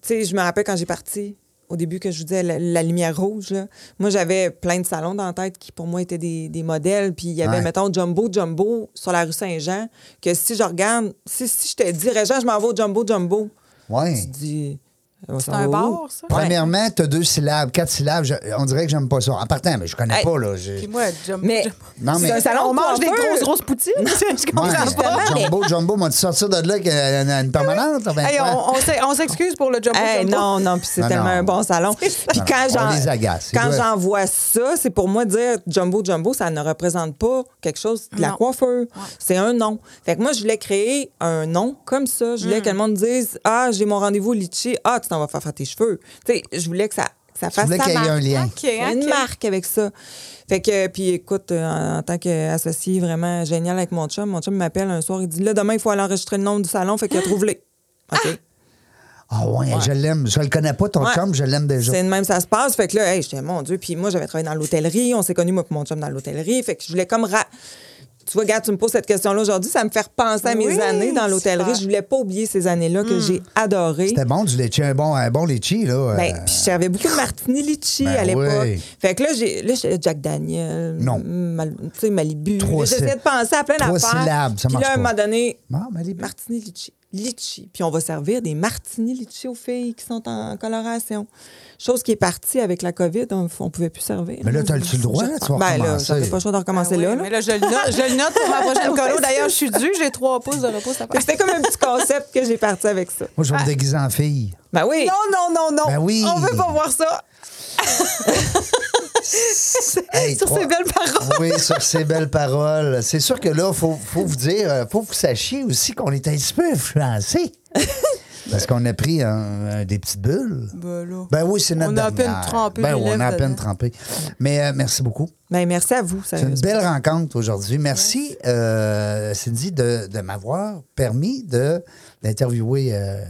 Speaker 3: tu sais, je me rappelle quand j'ai parti, au début que je vous disais, la, la lumière rouge, là. moi, j'avais plein de salons dans la tête qui, pour moi, étaient des, des modèles. Puis il y avait,
Speaker 1: Ouais.
Speaker 3: mettons, Jumbo Jumbo sur la rue Saint-Jean, que si je regarde, si, si je te dis, Régent, je m'en vais au Jumbo Jumbo,
Speaker 1: Ouais.
Speaker 3: tu te dis, On
Speaker 2: C'est
Speaker 3: s'en
Speaker 2: un
Speaker 3: va
Speaker 2: bar,
Speaker 3: où?
Speaker 2: ça?
Speaker 1: Premièrement, t'as deux syllabes, quatre syllabes. je- on dirait que j'aime pas ça. En partant, mais je connais
Speaker 3: Hey.
Speaker 1: pas, là. j'ai-
Speaker 2: Puis moi, jump,
Speaker 3: Mais
Speaker 2: jump-
Speaker 1: Non, mais-
Speaker 3: c'est un salon
Speaker 2: on
Speaker 3: de
Speaker 2: mange des
Speaker 3: coiffeur.
Speaker 2: grosses, grosses poutines. je comprends
Speaker 1: Ouais,
Speaker 2: pas.
Speaker 3: mais-
Speaker 1: Jumbo, Jumbo m'a dit sortir de là avec euh, une, une permanente. ben,
Speaker 2: Hey,
Speaker 1: quoi?
Speaker 2: on, on s'est- on s'excuse pour le jumbo.
Speaker 3: Hey,
Speaker 2: jumbo.
Speaker 3: non, non, puis c'est
Speaker 1: Non,
Speaker 3: tellement
Speaker 1: non.
Speaker 3: un bon salon. Puis quand
Speaker 1: non, on
Speaker 3: j'en
Speaker 1: les agace. Ils
Speaker 3: quand
Speaker 1: doivent-
Speaker 3: j'en vois ça, c'est pour moi dire jumbo jumbo, ça ne représente pas quelque chose de la
Speaker 2: Non.
Speaker 3: coiffeur. C'est un nom. Fait que moi je voulais créer un nom comme ça. Je
Speaker 2: Mm.
Speaker 3: voulais que le monde dise ah j'ai mon rendez-vous au litchi, ah tu t'en vas faire faire tes cheveux. Tu sais, je voulais que ça que ça
Speaker 1: Tu
Speaker 3: fasse
Speaker 1: voulais
Speaker 3: sa
Speaker 1: qu'il y ait
Speaker 3: marque.
Speaker 1: un lien.
Speaker 2: Ok,
Speaker 3: Il y a une
Speaker 2: ok.
Speaker 3: marque avec ça. Fait que, euh, puis écoute, euh, en, en tant qu'associé vraiment génial avec mon chum, mon chum m'appelle un soir, il dit là, demain, il faut aller enregistrer le nom du salon, fait que trouve-les. OK.
Speaker 1: Ah ouais, je l'aime. Je le connais pas, ton
Speaker 3: Ouais.
Speaker 1: chum, je l'aime déjà.
Speaker 3: C'est de même, ça se passe. Fait que là, hey, j'étais, mon Dieu, puis moi, j'avais travaillé dans l'hôtellerie, on s'est connus, moi, et mon chum, dans l'hôtellerie. Fait que je voulais comme. ra- Tu vois, regarde, tu me poses cette question-là aujourd'hui, ça me fait repenser à mes
Speaker 2: Oui,
Speaker 3: années dans l'hôtellerie.
Speaker 2: super. Hmm.
Speaker 3: Je voulais pas oublier ces années-là que j'ai adorées.
Speaker 1: C'était bon du litchi, un bon, un bon litchi, là. euh,
Speaker 3: Ben, puis j'avais beaucoup de martini litchi
Speaker 1: Ben
Speaker 3: à l'époque.
Speaker 1: oui.
Speaker 3: Fait que là, j'ai là, j'étais Jack Daniel,
Speaker 1: Non.
Speaker 3: Mal- tu sais, Malibu.
Speaker 1: Trois
Speaker 3: J'essayais
Speaker 1: syllabes.
Speaker 3: de penser à plein
Speaker 1: Trois
Speaker 3: d'affaires.
Speaker 1: syllabes, ça
Speaker 3: Puis
Speaker 1: marche
Speaker 3: là, à un
Speaker 1: pas.
Speaker 3: moment donné,
Speaker 1: Ah, mais les-
Speaker 3: martini litchi. Litchi. Puis on va servir des martini litchi aux filles qui sont en coloration. Chose qui est partie avec la COVID, on, on pouvait plus servir.
Speaker 1: Mais là, t'as-tu le droit, là? Tu vas
Speaker 3: Ben là,
Speaker 1: recommencer.
Speaker 3: j'avais pas le choix de
Speaker 2: Ah
Speaker 3: recommencer
Speaker 2: oui,
Speaker 3: là. Ben là.
Speaker 2: Mais là, je le note, je le note pour ma prochaine colo. D'ailleurs, je suis due, j'ai trois pouces de repos. Ça
Speaker 3: Fait que C'était comme un petit concept que j'ai parti avec ça.
Speaker 1: Moi, je vais me déguiser en fille.
Speaker 3: Ben oui.
Speaker 2: Non, non, non, non.
Speaker 1: Ben oui.
Speaker 2: On veut pas voir ça.
Speaker 1: Hey,
Speaker 2: Sur
Speaker 1: trois-
Speaker 2: ces belles paroles.
Speaker 1: Oui, sur ces belles paroles. C'est sûr que là, il faut, faut vous dire, euh, faut que vous sachiez aussi qu'on est un petit peu influencé. Parce qu'on a pris un- un- des petites bulles. Ben oui, c'est notre
Speaker 2: On a à peine
Speaker 1: dernière.
Speaker 2: trempé
Speaker 1: Ben
Speaker 2: les
Speaker 1: oui, on a à
Speaker 2: lèvres
Speaker 1: peine
Speaker 2: dedans.
Speaker 1: trempé. Mais euh, merci beaucoup.
Speaker 3: Ben merci à vous.
Speaker 1: C'est une
Speaker 3: sérieusement.
Speaker 1: belle rencontre aujourd'hui. Merci, euh, Cindy, de, de m'avoir permis de- d'interviewer euh,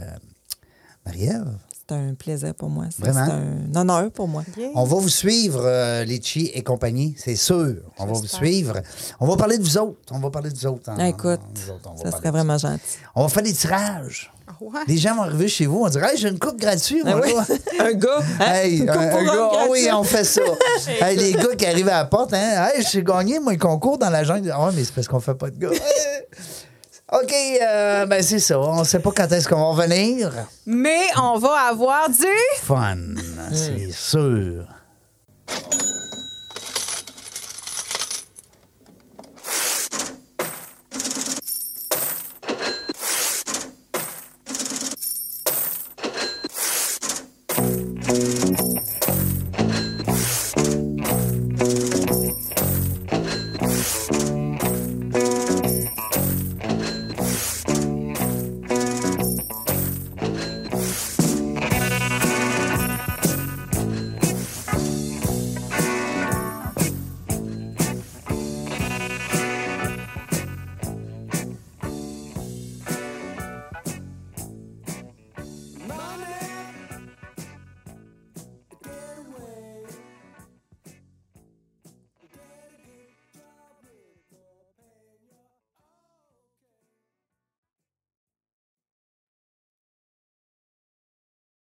Speaker 1: Marie-Ève.
Speaker 3: C'est un plaisir pour moi. C'est c'est
Speaker 1: Vraiment.
Speaker 3: un honneur pour moi.
Speaker 1: On va vous suivre, euh, Litchi et compagnie, c'est sûr. On va vous suivre. On va parler de vous autres. On va parler de vous autres. en-
Speaker 3: Ah, écoute,
Speaker 1: en- nous autres, on va
Speaker 3: ça
Speaker 1: parler
Speaker 3: serait
Speaker 1: de
Speaker 3: vraiment gentil.
Speaker 1: On va faire des tirages.
Speaker 2: Ouais.
Speaker 1: Les gens vont arriver chez vous, on dirait Hey, j'ai une coupe gratuite.
Speaker 3: Ah
Speaker 1: moi,
Speaker 3: oui.
Speaker 1: là.
Speaker 3: un gars. hein?
Speaker 1: Hey,
Speaker 3: Une
Speaker 1: un,
Speaker 3: coupe
Speaker 1: un
Speaker 3: pour
Speaker 1: gars,
Speaker 3: homme
Speaker 1: Ah oui,
Speaker 3: gratuite.
Speaker 1: on fait ça. Hey, les gars qui arrivent à la porte, hein, hey, j'ai gagné moi, le concours dans la jungle. Ah, ouais, mais c'est parce qu'on fait pas de gars. OK, euh, ben c'est ça. On sait pas quand est-ce qu'on va revenir.
Speaker 3: Hmm.
Speaker 2: Mais on va avoir du.
Speaker 1: Fun, c'est sûr.